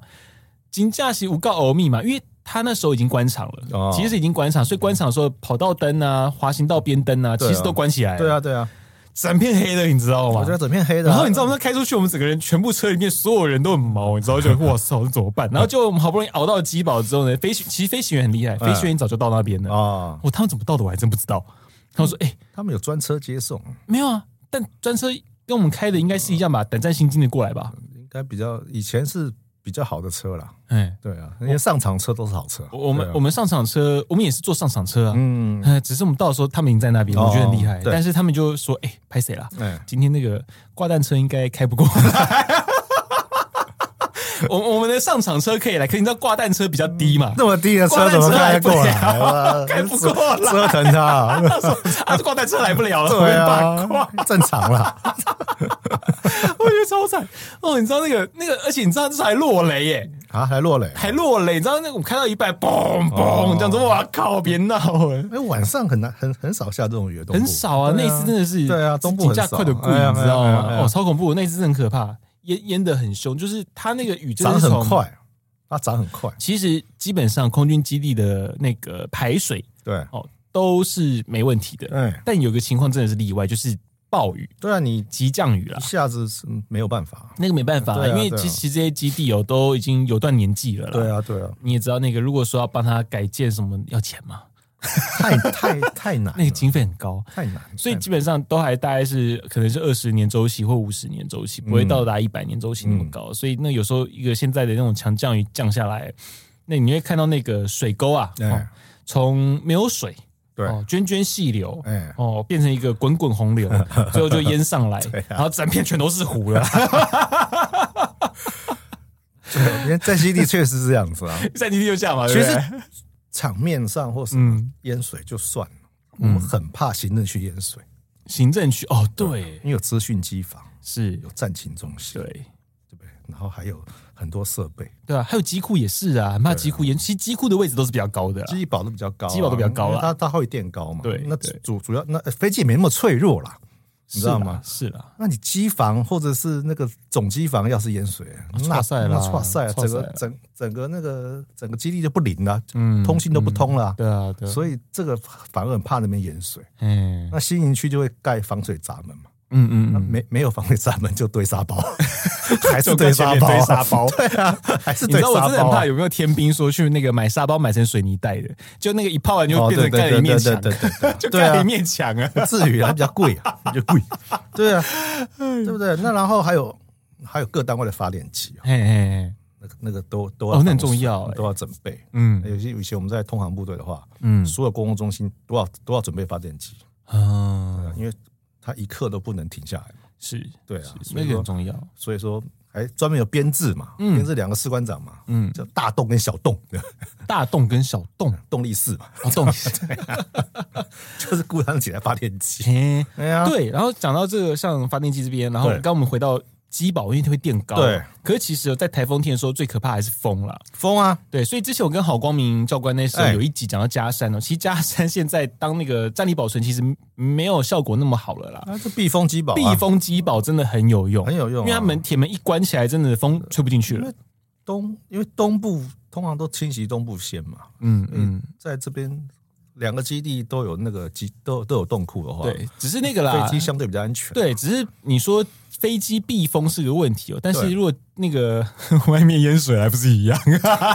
[SPEAKER 1] 金假期无告而密嘛，因为。他那时候已经关场了，
[SPEAKER 2] 哦
[SPEAKER 1] 其实已经关场，所以关场的时候跑道灯啊、滑行道边灯啊，
[SPEAKER 2] 对啊
[SPEAKER 1] 其实都关起来了，
[SPEAKER 2] 对啊，对啊，
[SPEAKER 1] 整片黑的，你知道吗
[SPEAKER 2] 我觉？得整片黑的啊，
[SPEAKER 1] 然后你知道我们开出去，我们整个人全部车里面所有人都很毛，你知道就哇操，这怎么
[SPEAKER 2] 嗯
[SPEAKER 1] 办？然后就我们好不容易熬到基堡之后呢，飞行其实飞行员很厉害，
[SPEAKER 2] 嗯
[SPEAKER 1] 飞行员早就到那边了，
[SPEAKER 2] 啊，
[SPEAKER 1] 我、他们怎么到的我还真不知道。他们说，哎、
[SPEAKER 2] 他们有专车接送，
[SPEAKER 1] 没有啊，但专车跟我们开的应该是一样吧，胆战心惊的过来吧。
[SPEAKER 2] 应该比较以前是比较好的车啦，
[SPEAKER 1] 哎，
[SPEAKER 2] 对啊，因为上场车都是好车，
[SPEAKER 1] 我我们、
[SPEAKER 2] 对啊
[SPEAKER 1] 我们上场车，我们也是坐上场车啊。
[SPEAKER 2] 嗯，
[SPEAKER 1] 呃， [LAUGHS] 只是我们到的时候，他们已经在那边，
[SPEAKER 2] 哦
[SPEAKER 1] 我觉得很厉害。
[SPEAKER 2] 对
[SPEAKER 1] 但是他们就说：“哎、拍谁啦？
[SPEAKER 2] 哎，
[SPEAKER 1] 今天那个挂弹车应该开不过 [LAUGHS] 来。我我们的上场车可以来，可是你知道挂弹车比较低 [LAUGHS] 嘛？
[SPEAKER 2] 那么低的车怎么开得过来？哇
[SPEAKER 1] 开不过来
[SPEAKER 2] 折腾
[SPEAKER 1] [LAUGHS]
[SPEAKER 2] 他，
[SPEAKER 1] 他说：“啊，这挂弹车来不了了，我
[SPEAKER 2] 对
[SPEAKER 1] 们把挂
[SPEAKER 2] 啊，正常啦。
[SPEAKER 1] [LAUGHS] 我觉得超惨哦！你知道那个那个，而且你知道这是还落雷耶、
[SPEAKER 2] 啊，还落雷。
[SPEAKER 1] 还落雷，你知道那个我们开到一半，嘣
[SPEAKER 2] 哦
[SPEAKER 1] 嘣，这样子，哇靠，别闹了，
[SPEAKER 2] 哎，晚上很难，很很少下这种雨，东部
[SPEAKER 1] 很少啊，那
[SPEAKER 2] 对
[SPEAKER 1] 一次真的是，
[SPEAKER 2] 对啊，东部
[SPEAKER 1] 警
[SPEAKER 2] 很
[SPEAKER 1] 价
[SPEAKER 2] 少，
[SPEAKER 1] 快的贵，
[SPEAKER 2] 哎呀
[SPEAKER 1] 你知道
[SPEAKER 2] 哎呀哎
[SPEAKER 1] 吗？
[SPEAKER 2] 呀
[SPEAKER 1] 哦，超恐怖，那一次真的很可怕，淹淹的很凶，就是它那个雨真的
[SPEAKER 2] 涨
[SPEAKER 1] 是
[SPEAKER 2] 很
[SPEAKER 1] 从。
[SPEAKER 2] 快，它涨很快，
[SPEAKER 1] 其实基本上空军基地的那个排水
[SPEAKER 2] 对，
[SPEAKER 1] 哦都是没问题的，
[SPEAKER 2] 哎，
[SPEAKER 1] 但有个情况真的是例外，就是暴雨、
[SPEAKER 2] 对啊，你
[SPEAKER 1] 急降雨啦
[SPEAKER 2] 一。下子是没有办法，
[SPEAKER 1] 那个没办法，
[SPEAKER 2] 对啊
[SPEAKER 1] 因为
[SPEAKER 2] 对啊
[SPEAKER 1] 其实这些基地哦都已经有段年纪了啦。
[SPEAKER 2] 对啊，对啊，
[SPEAKER 1] 你也知道，那个如果说要帮他改建什么，要钱嘛，
[SPEAKER 2] 太太太难了，
[SPEAKER 1] [LAUGHS] 那个经费很高。
[SPEAKER 2] 太难了，
[SPEAKER 1] 所以
[SPEAKER 2] 太
[SPEAKER 1] 基本上都还大概是可能是二十年周期或五十年周期，
[SPEAKER 2] 嗯
[SPEAKER 1] 不会到达一百年周期那么高。所以那有时候一个现在的那种强降雨降下来，那你会看到那个水沟啊，
[SPEAKER 2] 哎
[SPEAKER 1] 哦从、没有水
[SPEAKER 2] 对
[SPEAKER 1] 哦涓涓细流。
[SPEAKER 2] 哎，
[SPEAKER 1] 哦，变成一个滚滚洪
[SPEAKER 2] [LAUGHS]
[SPEAKER 1] 流，最后就淹上来，
[SPEAKER 2] 啊
[SPEAKER 1] 然后整片全都是湖了。 [LAUGHS]
[SPEAKER 2] 对，因为在
[SPEAKER 1] [LAUGHS]
[SPEAKER 2] 基地确实是这样子啊，
[SPEAKER 1] 在基地就这样嘛，
[SPEAKER 2] 其
[SPEAKER 1] 对不
[SPEAKER 2] 实
[SPEAKER 1] 对
[SPEAKER 2] 场面上或是
[SPEAKER 1] 嗯，
[SPEAKER 2] 淹水就算了，我们很怕行政区淹水，
[SPEAKER 1] 行政区哦，对
[SPEAKER 2] 因，为有资讯机房，
[SPEAKER 1] 是
[SPEAKER 2] 有，战情中心，
[SPEAKER 1] 对，
[SPEAKER 2] 对不对？然后还有很多设备，
[SPEAKER 1] 对啊，还有机库也是啊，很怕机库淹。其实机库的位置都是比较高的啦，
[SPEAKER 2] 机保都比较高啊，
[SPEAKER 1] 机保都比较高啦
[SPEAKER 2] 因为它它会垫高嘛。
[SPEAKER 1] 对
[SPEAKER 2] 那
[SPEAKER 1] 对
[SPEAKER 2] 主主要那呃飞机也没那么脆弱啦，你知道吗？
[SPEAKER 1] 是啦？是啦，
[SPEAKER 2] 那你机房或者是那个总机房要是淹水，那
[SPEAKER 1] 哇塞啊啦
[SPEAKER 2] 那哇塞，
[SPEAKER 1] 哇
[SPEAKER 2] 整
[SPEAKER 1] 塞啦
[SPEAKER 2] 个整整个那个整个基地就不灵了，
[SPEAKER 1] 嗯
[SPEAKER 2] 通信都不通了。
[SPEAKER 1] 对啊，对啊，
[SPEAKER 2] 所以这个反而很怕那边淹水，
[SPEAKER 1] 嗯
[SPEAKER 2] 那新营区就会盖防水闸门嘛。
[SPEAKER 1] 嗯嗯
[SPEAKER 2] 那
[SPEAKER 1] 嗯，
[SPEAKER 2] 没没有防水闸门就堆沙包，
[SPEAKER 1] [LAUGHS]
[SPEAKER 2] 还是
[SPEAKER 1] 就
[SPEAKER 2] 堆
[SPEAKER 1] 跟
[SPEAKER 2] 沙
[SPEAKER 1] 前面
[SPEAKER 2] 包啊，
[SPEAKER 1] 堆沙包
[SPEAKER 2] [LAUGHS] 对啊，还是
[SPEAKER 1] 你知
[SPEAKER 2] 堆
[SPEAKER 1] 道我
[SPEAKER 2] 沙包啊。
[SPEAKER 1] 真的很怕有没有天兵说去那个买沙包买成水泥袋的，就那个一泡完就
[SPEAKER 2] 哦
[SPEAKER 1] 变
[SPEAKER 2] 对
[SPEAKER 1] 成
[SPEAKER 2] 对
[SPEAKER 1] 盖了
[SPEAKER 2] 对
[SPEAKER 1] 一面
[SPEAKER 2] 对
[SPEAKER 1] 墙， [LAUGHS]
[SPEAKER 2] 对对对
[SPEAKER 1] 就
[SPEAKER 2] 对
[SPEAKER 1] 盖了
[SPEAKER 2] 啊
[SPEAKER 1] 一，面墙啊。
[SPEAKER 2] 不至于啊，比较贵
[SPEAKER 1] [LAUGHS]
[SPEAKER 2] 啊，比较贵，对啊，
[SPEAKER 1] 哎
[SPEAKER 2] 对不对？那然后还有还有各单位的发电机啊，
[SPEAKER 1] 嘿嘿，嘿
[SPEAKER 2] 那个那个都都
[SPEAKER 1] 哦那很
[SPEAKER 2] 防
[SPEAKER 1] 重要欸
[SPEAKER 2] 都要准备。
[SPEAKER 1] 嗯
[SPEAKER 2] 有些有些我们在通航部队的话，
[SPEAKER 1] 嗯
[SPEAKER 2] 所有公共中心都要都要准备发电机，
[SPEAKER 1] 啊，
[SPEAKER 2] 因为它一刻都不能停下来嘛。
[SPEAKER 1] 是，
[SPEAKER 2] 对啊，
[SPEAKER 1] 是
[SPEAKER 2] 所
[SPEAKER 1] 那
[SPEAKER 2] 以
[SPEAKER 1] 个很
[SPEAKER 2] 说
[SPEAKER 1] 重要。
[SPEAKER 2] 所以说还专门有编制嘛，
[SPEAKER 1] 嗯
[SPEAKER 2] 编制两个士官长嘛，
[SPEAKER 1] 嗯，
[SPEAKER 2] 叫大洞跟小洞，
[SPEAKER 1] 大洞跟小洞，
[SPEAKER 2] 动力室嘛， [LAUGHS]
[SPEAKER 1] 哦洞，
[SPEAKER 2] 就是故障起来发电机。
[SPEAKER 1] 嘿
[SPEAKER 2] 哎呀，
[SPEAKER 1] [LAUGHS] 对，然后讲到这个像发电机这边，然后
[SPEAKER 2] 对
[SPEAKER 1] 刚刚我们回到机保，因为它会垫高。
[SPEAKER 2] 对，
[SPEAKER 1] 可是其实哦在台风天的时候，最可怕还是风啦。
[SPEAKER 2] 风啊，
[SPEAKER 1] 对，所以之前我跟郝光明教官那时候
[SPEAKER 2] 哎
[SPEAKER 1] 有一集讲到嘉山哦，其实嘉山现在当那个战力保存其实没有效果那么好了啦。
[SPEAKER 2] 啊，这避风机保啊，
[SPEAKER 1] 避风机保真的很有用，
[SPEAKER 2] 很有用啊
[SPEAKER 1] 因为它门铁门一关起来，真的风吹不进去了
[SPEAKER 2] 因。东，因为东部通常都侵袭东部先嘛，
[SPEAKER 1] 嗯嗯，
[SPEAKER 2] 在这边两个基地都有那个机都都有洞库的话，，
[SPEAKER 1] 对，啊只是那个啦
[SPEAKER 2] 嗯飞，机相对比较安全。
[SPEAKER 1] 对，只是你说飞机避风是个问题哦，但是
[SPEAKER 2] 对
[SPEAKER 1] 如果那个 [LAUGHS] 外面淹水还不是一样？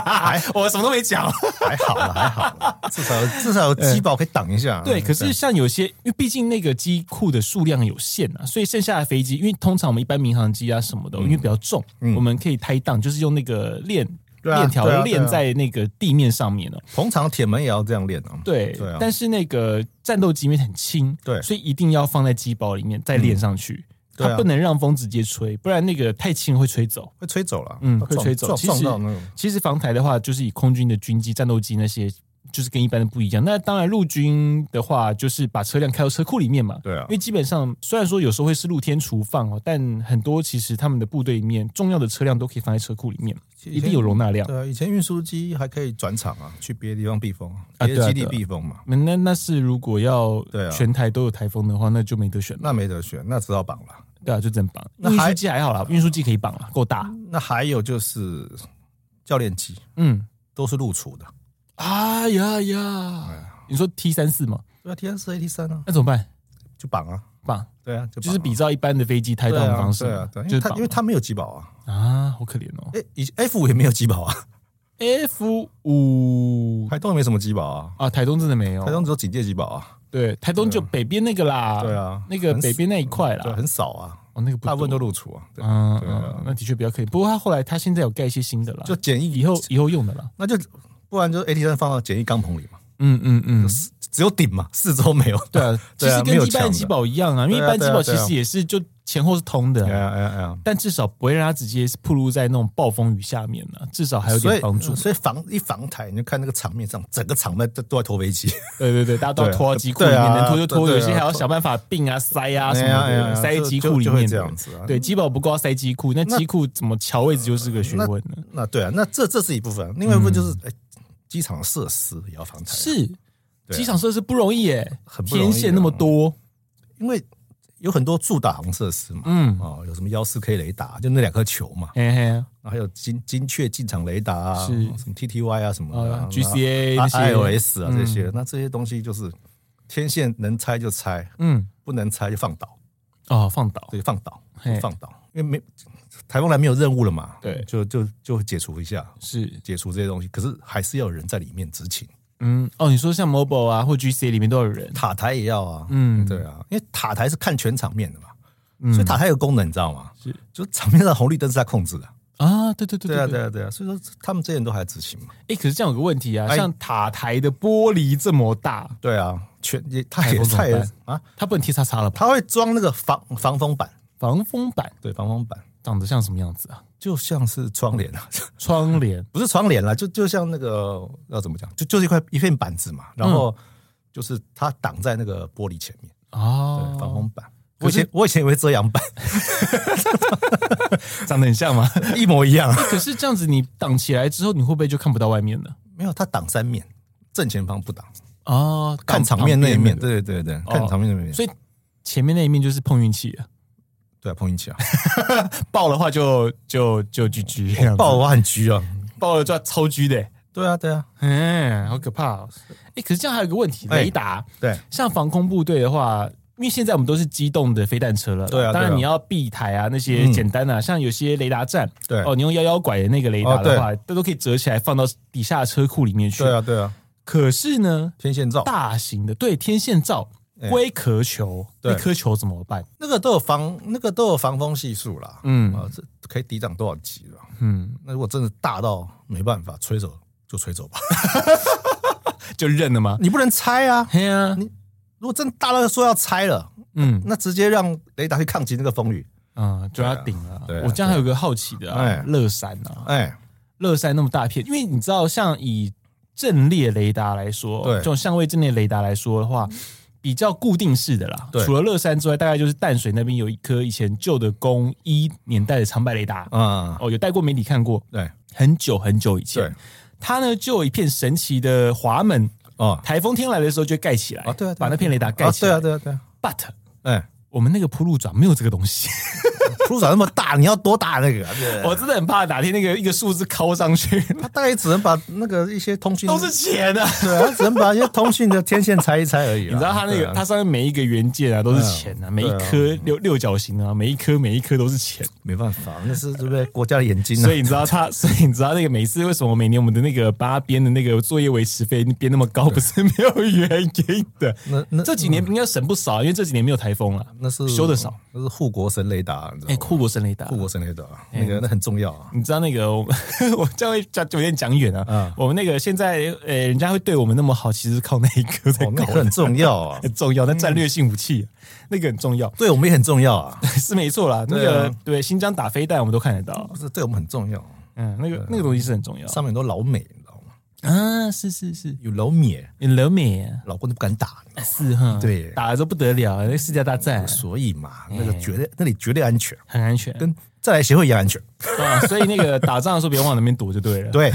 [SPEAKER 2] 哎
[SPEAKER 1] 我什么都没讲。
[SPEAKER 2] 还好啦，还好啦，至少有至少有机保可以挡一下。
[SPEAKER 1] [LAUGHS] 对，可是像有些，因为毕竟那个机库的数量有限啊，所以剩下的飞
[SPEAKER 2] 嗯
[SPEAKER 1] 机，因为通常我们一般民航机啊什么的，因为比较重，我们可以抬档，就是用那个链
[SPEAKER 2] 对啊
[SPEAKER 1] 链条
[SPEAKER 2] 对啊对啊
[SPEAKER 1] 链在那个地面上面哦。
[SPEAKER 2] 通常铁门也要这样练啊。
[SPEAKER 1] 对，
[SPEAKER 2] 对啊
[SPEAKER 1] 但是那个战斗机因为很轻，
[SPEAKER 2] 对
[SPEAKER 1] 所以一定要放在机包里面再链上去，
[SPEAKER 2] 对啊
[SPEAKER 1] 它不能让风直接吹，不然那个太轻会吹走。
[SPEAKER 2] 会吹走了，
[SPEAKER 1] 嗯
[SPEAKER 2] 它撞
[SPEAKER 1] 会吹走
[SPEAKER 2] 撞
[SPEAKER 1] 其实
[SPEAKER 2] 撞到那种，
[SPEAKER 1] 其实防台的话，就是以空军的军机、战斗机那些，就是跟一般的不一样。那当然，陆军的话，就是把车辆开到车库里面嘛。
[SPEAKER 2] 对啊
[SPEAKER 1] 因为基本上虽然说有时候会是露天储放哦，但很多其实他们的部队里面重要的车辆都可以放在车库里面，一定有容纳量。
[SPEAKER 2] 对啊，以前运输机还可以转场啊，去别的地方避风啊，
[SPEAKER 1] 啊
[SPEAKER 2] 别的
[SPEAKER 1] 对
[SPEAKER 2] 基地
[SPEAKER 1] 啊对啊
[SPEAKER 2] 避风嘛，
[SPEAKER 1] 那那那是如果要
[SPEAKER 2] 对啊
[SPEAKER 1] 全台都有台风的话，那就没得选了。
[SPEAKER 2] 那没得选，那只好绑了。
[SPEAKER 1] 对啊，就真绑。
[SPEAKER 2] 那
[SPEAKER 1] 运
[SPEAKER 2] 还
[SPEAKER 1] 输机还好啦，运输机可以绑啦，够大。
[SPEAKER 2] 那还有就是教练机
[SPEAKER 1] 嗯，
[SPEAKER 2] 都是路储的，哎
[SPEAKER 1] 啊呀哎呀，你说 T 三四嘛，
[SPEAKER 2] 对啊，T 三四 A T 三啊，
[SPEAKER 1] 那怎么办？
[SPEAKER 2] 就绑啊，
[SPEAKER 1] 绑
[SPEAKER 2] 对啊，就绑啊
[SPEAKER 1] 就是比照一般的飞机抬
[SPEAKER 2] 对
[SPEAKER 1] 动
[SPEAKER 2] 啊
[SPEAKER 1] 的方式
[SPEAKER 2] 对啊
[SPEAKER 1] 嘛，，
[SPEAKER 2] 对啊，因
[SPEAKER 1] 就
[SPEAKER 2] 为
[SPEAKER 1] 是
[SPEAKER 2] 他
[SPEAKER 1] 绑
[SPEAKER 2] 因为他没有机保啊，
[SPEAKER 1] 啊，好可怜哦。
[SPEAKER 2] 哎，以 F 五也没有机保啊，
[SPEAKER 1] F 五
[SPEAKER 2] 台东也没什么机保啊，
[SPEAKER 1] 啊，台东真的没有，
[SPEAKER 2] 台东只有警戒机保啊，
[SPEAKER 1] 对台东就北边那个啦，
[SPEAKER 2] 对啊
[SPEAKER 1] 那个
[SPEAKER 2] 很
[SPEAKER 1] 北边那一块
[SPEAKER 2] 对，
[SPEAKER 1] 啦，
[SPEAKER 2] 很少啊，
[SPEAKER 1] 哦，那个不
[SPEAKER 2] 大部分都
[SPEAKER 1] 多
[SPEAKER 2] 路储啊，对，
[SPEAKER 1] 嗯
[SPEAKER 2] 对啊
[SPEAKER 1] 嗯，那的确比较可以。不过他后来他现在有盖一些新的啦，
[SPEAKER 2] 就简易
[SPEAKER 1] 以后以后用的啦。
[SPEAKER 2] 那就不然就 A T 三放到简易钢棚里嘛，
[SPEAKER 1] 嗯嗯嗯，
[SPEAKER 2] 只有顶嘛，四周没有，
[SPEAKER 1] 对
[SPEAKER 2] [LAUGHS]
[SPEAKER 1] 啊，其
[SPEAKER 2] 对啊
[SPEAKER 1] 实
[SPEAKER 2] 没
[SPEAKER 1] 跟
[SPEAKER 2] 有
[SPEAKER 1] 一般的
[SPEAKER 2] 墙
[SPEAKER 1] 机
[SPEAKER 2] 的
[SPEAKER 1] 保一样啊，因为一
[SPEAKER 2] 对啊
[SPEAKER 1] 般机
[SPEAKER 2] 对啊
[SPEAKER 1] 保
[SPEAKER 2] 对
[SPEAKER 1] 其
[SPEAKER 2] 啊
[SPEAKER 1] 实也是就前后是通的
[SPEAKER 2] 哎
[SPEAKER 1] 啊，
[SPEAKER 2] 呀哎呀哎呀。
[SPEAKER 1] 但至少不会让它直接暴露在那种暴风雨下面呢、至少还有
[SPEAKER 2] 所以
[SPEAKER 1] 点
[SPEAKER 2] 嗯
[SPEAKER 1] 帮助。
[SPEAKER 2] 所以防一防台，你就看那个场面上，整个场面都都在拖飞 [LAUGHS] 机，
[SPEAKER 1] 对对对，大家都要
[SPEAKER 2] 对啊
[SPEAKER 1] 拖到机库里
[SPEAKER 2] 对
[SPEAKER 1] 面，
[SPEAKER 2] 啊
[SPEAKER 1] 能拖就拖，
[SPEAKER 2] 对
[SPEAKER 1] 有
[SPEAKER 2] 啊
[SPEAKER 1] 些还要想办法并啊、塞啊什
[SPEAKER 2] 哎呀
[SPEAKER 1] 么
[SPEAKER 2] 哎呀哎
[SPEAKER 1] 的，
[SPEAKER 2] 呀
[SPEAKER 1] 塞
[SPEAKER 2] 就
[SPEAKER 1] 机
[SPEAKER 2] 就
[SPEAKER 1] 库里
[SPEAKER 2] 就会
[SPEAKER 1] 面的
[SPEAKER 2] 这样子啊
[SPEAKER 1] 对，机保不够要塞机库，那机库怎么调位置就是个学问呢？
[SPEAKER 2] 那对啊，那这这是一部分，另外一部分就是哎，机、场的设施也要防台啊，
[SPEAKER 1] 是
[SPEAKER 2] 对啊
[SPEAKER 1] 机场设施不容易耶，
[SPEAKER 2] 很不容易
[SPEAKER 1] 天
[SPEAKER 2] 啊
[SPEAKER 1] 线那么多，
[SPEAKER 2] 因为有很多驻打航设施嘛，
[SPEAKER 1] 嗯，
[SPEAKER 2] 哦，有什么幺四 K 雷达，就那两颗球嘛，
[SPEAKER 1] 嘿嘿，
[SPEAKER 2] 然后还有精精确进场雷达啊，
[SPEAKER 1] 是
[SPEAKER 2] 什么 TTY 啊什么的、
[SPEAKER 1] 啊，GCA
[SPEAKER 2] 啊
[SPEAKER 1] 那些嗯
[SPEAKER 2] iOS 啊这些，那这些东西就是天线能拆就拆，
[SPEAKER 1] 嗯，
[SPEAKER 2] 不能拆就放倒，
[SPEAKER 1] 哦，放倒，
[SPEAKER 2] 对，放倒
[SPEAKER 1] 嘿，
[SPEAKER 2] 放倒，因为没台风来没有任务了嘛，
[SPEAKER 1] 对
[SPEAKER 2] 就就就解除一下，
[SPEAKER 1] 是，
[SPEAKER 2] 解除这些东西，可是还是要有人在里面执勤，
[SPEAKER 1] 嗯，哦，你说像 Mobile 啊或 GCA 里面都有人，
[SPEAKER 2] 塔台也要啊，
[SPEAKER 1] 嗯，
[SPEAKER 2] 对啊，因为塔台是看全场面的嘛，
[SPEAKER 1] 嗯
[SPEAKER 2] 所以塔台有功能，你知道吗？
[SPEAKER 1] 是
[SPEAKER 2] 就是场面上的红绿灯是在控制的。
[SPEAKER 1] 啊，对对对
[SPEAKER 2] 对啊，对啊，对啊，所以说他们这些人都还执勤嘛。
[SPEAKER 1] 哎，可是这样有个问题啊，
[SPEAKER 2] 哎
[SPEAKER 1] 像塔台的玻璃这么大，
[SPEAKER 2] 对啊，全也他
[SPEAKER 1] 台
[SPEAKER 2] 也
[SPEAKER 1] 风怎么
[SPEAKER 2] 他也
[SPEAKER 1] 办
[SPEAKER 2] 啊，
[SPEAKER 1] 它不能贴叉叉了吧？
[SPEAKER 2] 他会装那个防防风板，
[SPEAKER 1] 防风板
[SPEAKER 2] 对，防风板
[SPEAKER 1] 长得像什么样子啊？
[SPEAKER 2] 就像是窗帘啊， [LAUGHS]
[SPEAKER 1] 窗帘，
[SPEAKER 2] 不是窗帘啦，就就像那个要怎么讲，就就是一块一片板子嘛，然后就是它挡在那个玻璃前面，对，
[SPEAKER 1] 哦，
[SPEAKER 2] 防风板。
[SPEAKER 1] 可
[SPEAKER 2] 我以
[SPEAKER 1] 是
[SPEAKER 2] 前我以前以为遮阳板 [LAUGHS]
[SPEAKER 1] 长得很像吗？ [LAUGHS]
[SPEAKER 2] 一模一样啊，
[SPEAKER 1] 可是这样子你挡起来之后，你会不会就看不到外面了？
[SPEAKER 2] 没有，它挡三面，正前方不挡，
[SPEAKER 1] 哦，
[SPEAKER 2] 看
[SPEAKER 1] 挡
[SPEAKER 2] 场面那一面，，对对对对，
[SPEAKER 1] 哦
[SPEAKER 2] 看场面那一
[SPEAKER 1] 挡
[SPEAKER 2] 面，
[SPEAKER 1] 所以前面那一面就是碰运气了，
[SPEAKER 2] 对啊，碰运气啊，
[SPEAKER 1] 爆的话就就就 GG 这样子
[SPEAKER 2] [LAUGHS] 爆我很狙啊，
[SPEAKER 1] 爆了就要超 G 的、
[SPEAKER 2] [LAUGHS] 对啊对啊，
[SPEAKER 1] 嗯，好可怕、哦！哎、可是这样还有一个问题，
[SPEAKER 2] 哎
[SPEAKER 1] 雷达，
[SPEAKER 2] 对，
[SPEAKER 1] 像防空部队的话，因为现在我们都是机动的飞弹车了啦，
[SPEAKER 2] 对啊
[SPEAKER 1] 当然
[SPEAKER 2] 对啊
[SPEAKER 1] 你要避台啊那些
[SPEAKER 2] 嗯
[SPEAKER 1] 简单啊，像有些雷达站，
[SPEAKER 2] 对
[SPEAKER 1] 哦，你用摇摇拐的那个雷达
[SPEAKER 2] 哦
[SPEAKER 1] 的
[SPEAKER 2] 对
[SPEAKER 1] 话，它都可以折起来放到底下的车库里面去。
[SPEAKER 2] 对啊对啊，
[SPEAKER 1] 可是呢，
[SPEAKER 2] 天线罩
[SPEAKER 1] 大型的对天线罩、
[SPEAKER 2] 哎
[SPEAKER 1] 龟壳球，
[SPEAKER 2] 对
[SPEAKER 1] 那颗球怎么办？
[SPEAKER 2] 那个都有防，那个都有防风系数啦。
[SPEAKER 1] 嗯
[SPEAKER 2] 啊，这可以抵挡多少级了？
[SPEAKER 1] 嗯，
[SPEAKER 2] 那如果真的大到没办法，吹走就吹走吧。 [LAUGHS]
[SPEAKER 1] 就认了吗？
[SPEAKER 2] 你不能拆啊！
[SPEAKER 1] 嘿啊，
[SPEAKER 2] 如果真的大到说要拆了，
[SPEAKER 1] 嗯
[SPEAKER 2] 那直接让雷达去抗击那个风雨。
[SPEAKER 1] 啊，就要顶了
[SPEAKER 2] 对啊。
[SPEAKER 1] 我这样还有个好奇的啊
[SPEAKER 2] 哎，
[SPEAKER 1] 乐山啊，
[SPEAKER 2] 哎，
[SPEAKER 1] 乐山那么大片，因为你知道，像以阵列雷达来说，
[SPEAKER 2] 对
[SPEAKER 1] 这种相位阵列雷达来说的话，比较固定式的啦。
[SPEAKER 2] 对
[SPEAKER 1] 除了乐山之外，大概就是淡水那边有一颗以前旧的工一年代的长白雷达，
[SPEAKER 2] 啊、
[SPEAKER 1] 哦，有带过媒体看过，
[SPEAKER 2] 对
[SPEAKER 1] 很久很久以前
[SPEAKER 2] 对。
[SPEAKER 1] 它呢就有一片神奇的滑门，
[SPEAKER 2] 哦
[SPEAKER 1] 台风天来的时候就会盖起来
[SPEAKER 2] 啊，对啊，对啊
[SPEAKER 1] 把那片雷达盖
[SPEAKER 2] 啊
[SPEAKER 1] 起来。
[SPEAKER 2] 对啊，对啊，对啊。
[SPEAKER 1] But
[SPEAKER 2] 哎，
[SPEAKER 1] 我们那个铺路转没有这个东西，
[SPEAKER 2] 铺长那么大，你要多大那 [LAUGHS] 个、啊？
[SPEAKER 1] [LAUGHS]
[SPEAKER 2] 对
[SPEAKER 1] 我真的很怕哪天那个一个数字敲上去，
[SPEAKER 2] [LAUGHS] 他大概只能把那个一些通讯
[SPEAKER 1] 都是钱啊。
[SPEAKER 2] 对啊，他只能把一些通讯的天线拆一拆而已啦。
[SPEAKER 1] 你知道它那
[SPEAKER 2] 对
[SPEAKER 1] 个，
[SPEAKER 2] 啊嗯
[SPEAKER 1] 它上面每一个元件啊都是钱啊，每一颗六六角形啊，每一颗每一颗都是钱，
[SPEAKER 2] 没办法，那是对不对？国家的眼睛啊
[SPEAKER 1] 所。以你知道它，所以你知道那个每次为什么每年我们的那个把它编的那个作业维持费编那么高，不是没有原因的。
[SPEAKER 2] 那那嗯
[SPEAKER 1] 这几年应该省不少，因为这几年没有台风了，
[SPEAKER 2] 那是
[SPEAKER 1] 修的少。
[SPEAKER 2] 那是护国神雷达，啊你知道
[SPEAKER 1] 哎，
[SPEAKER 2] 吗？
[SPEAKER 1] 库国神雷达，
[SPEAKER 2] 护国神雷达，那个那很重要啊。
[SPEAKER 1] 你知道那个我 [LAUGHS] 我这样会讲有点讲远啊。
[SPEAKER 2] 嗯
[SPEAKER 1] 我们那个现在呃，人家会对我们那么好，其实是靠那一个在
[SPEAKER 2] 哦，那
[SPEAKER 1] 哎搞
[SPEAKER 2] 个很
[SPEAKER 1] 的，
[SPEAKER 2] 重
[SPEAKER 1] [LAUGHS]
[SPEAKER 2] 要啊，
[SPEAKER 1] 很重要，那战略性武器、啊那个很重
[SPEAKER 2] [LAUGHS]
[SPEAKER 1] 要，
[SPEAKER 2] 对我们也很重要啊，
[SPEAKER 1] 是没错啦。那
[SPEAKER 2] 对啊
[SPEAKER 1] 个对新疆打飞弹，我们都看得到
[SPEAKER 2] 不，是对我们很重要。啊
[SPEAKER 1] 嗯，那个那个东西是很重要
[SPEAKER 2] 上面很多老美，你知道吗？
[SPEAKER 1] 啊，是是是，
[SPEAKER 2] 有老美，
[SPEAKER 1] 有老美啊，
[SPEAKER 2] 老公都不敢打，
[SPEAKER 1] 啊是哈，
[SPEAKER 2] 对
[SPEAKER 1] 打了之后不得了，那世界大战
[SPEAKER 2] 所以嘛，
[SPEAKER 1] 哎
[SPEAKER 2] 那个绝对那里绝对安全，
[SPEAKER 1] 很安全
[SPEAKER 2] 跟再来协会一样安全。
[SPEAKER 1] 啊，所以那个打仗的时候别往那边躲就对了。 [LAUGHS]
[SPEAKER 2] 对，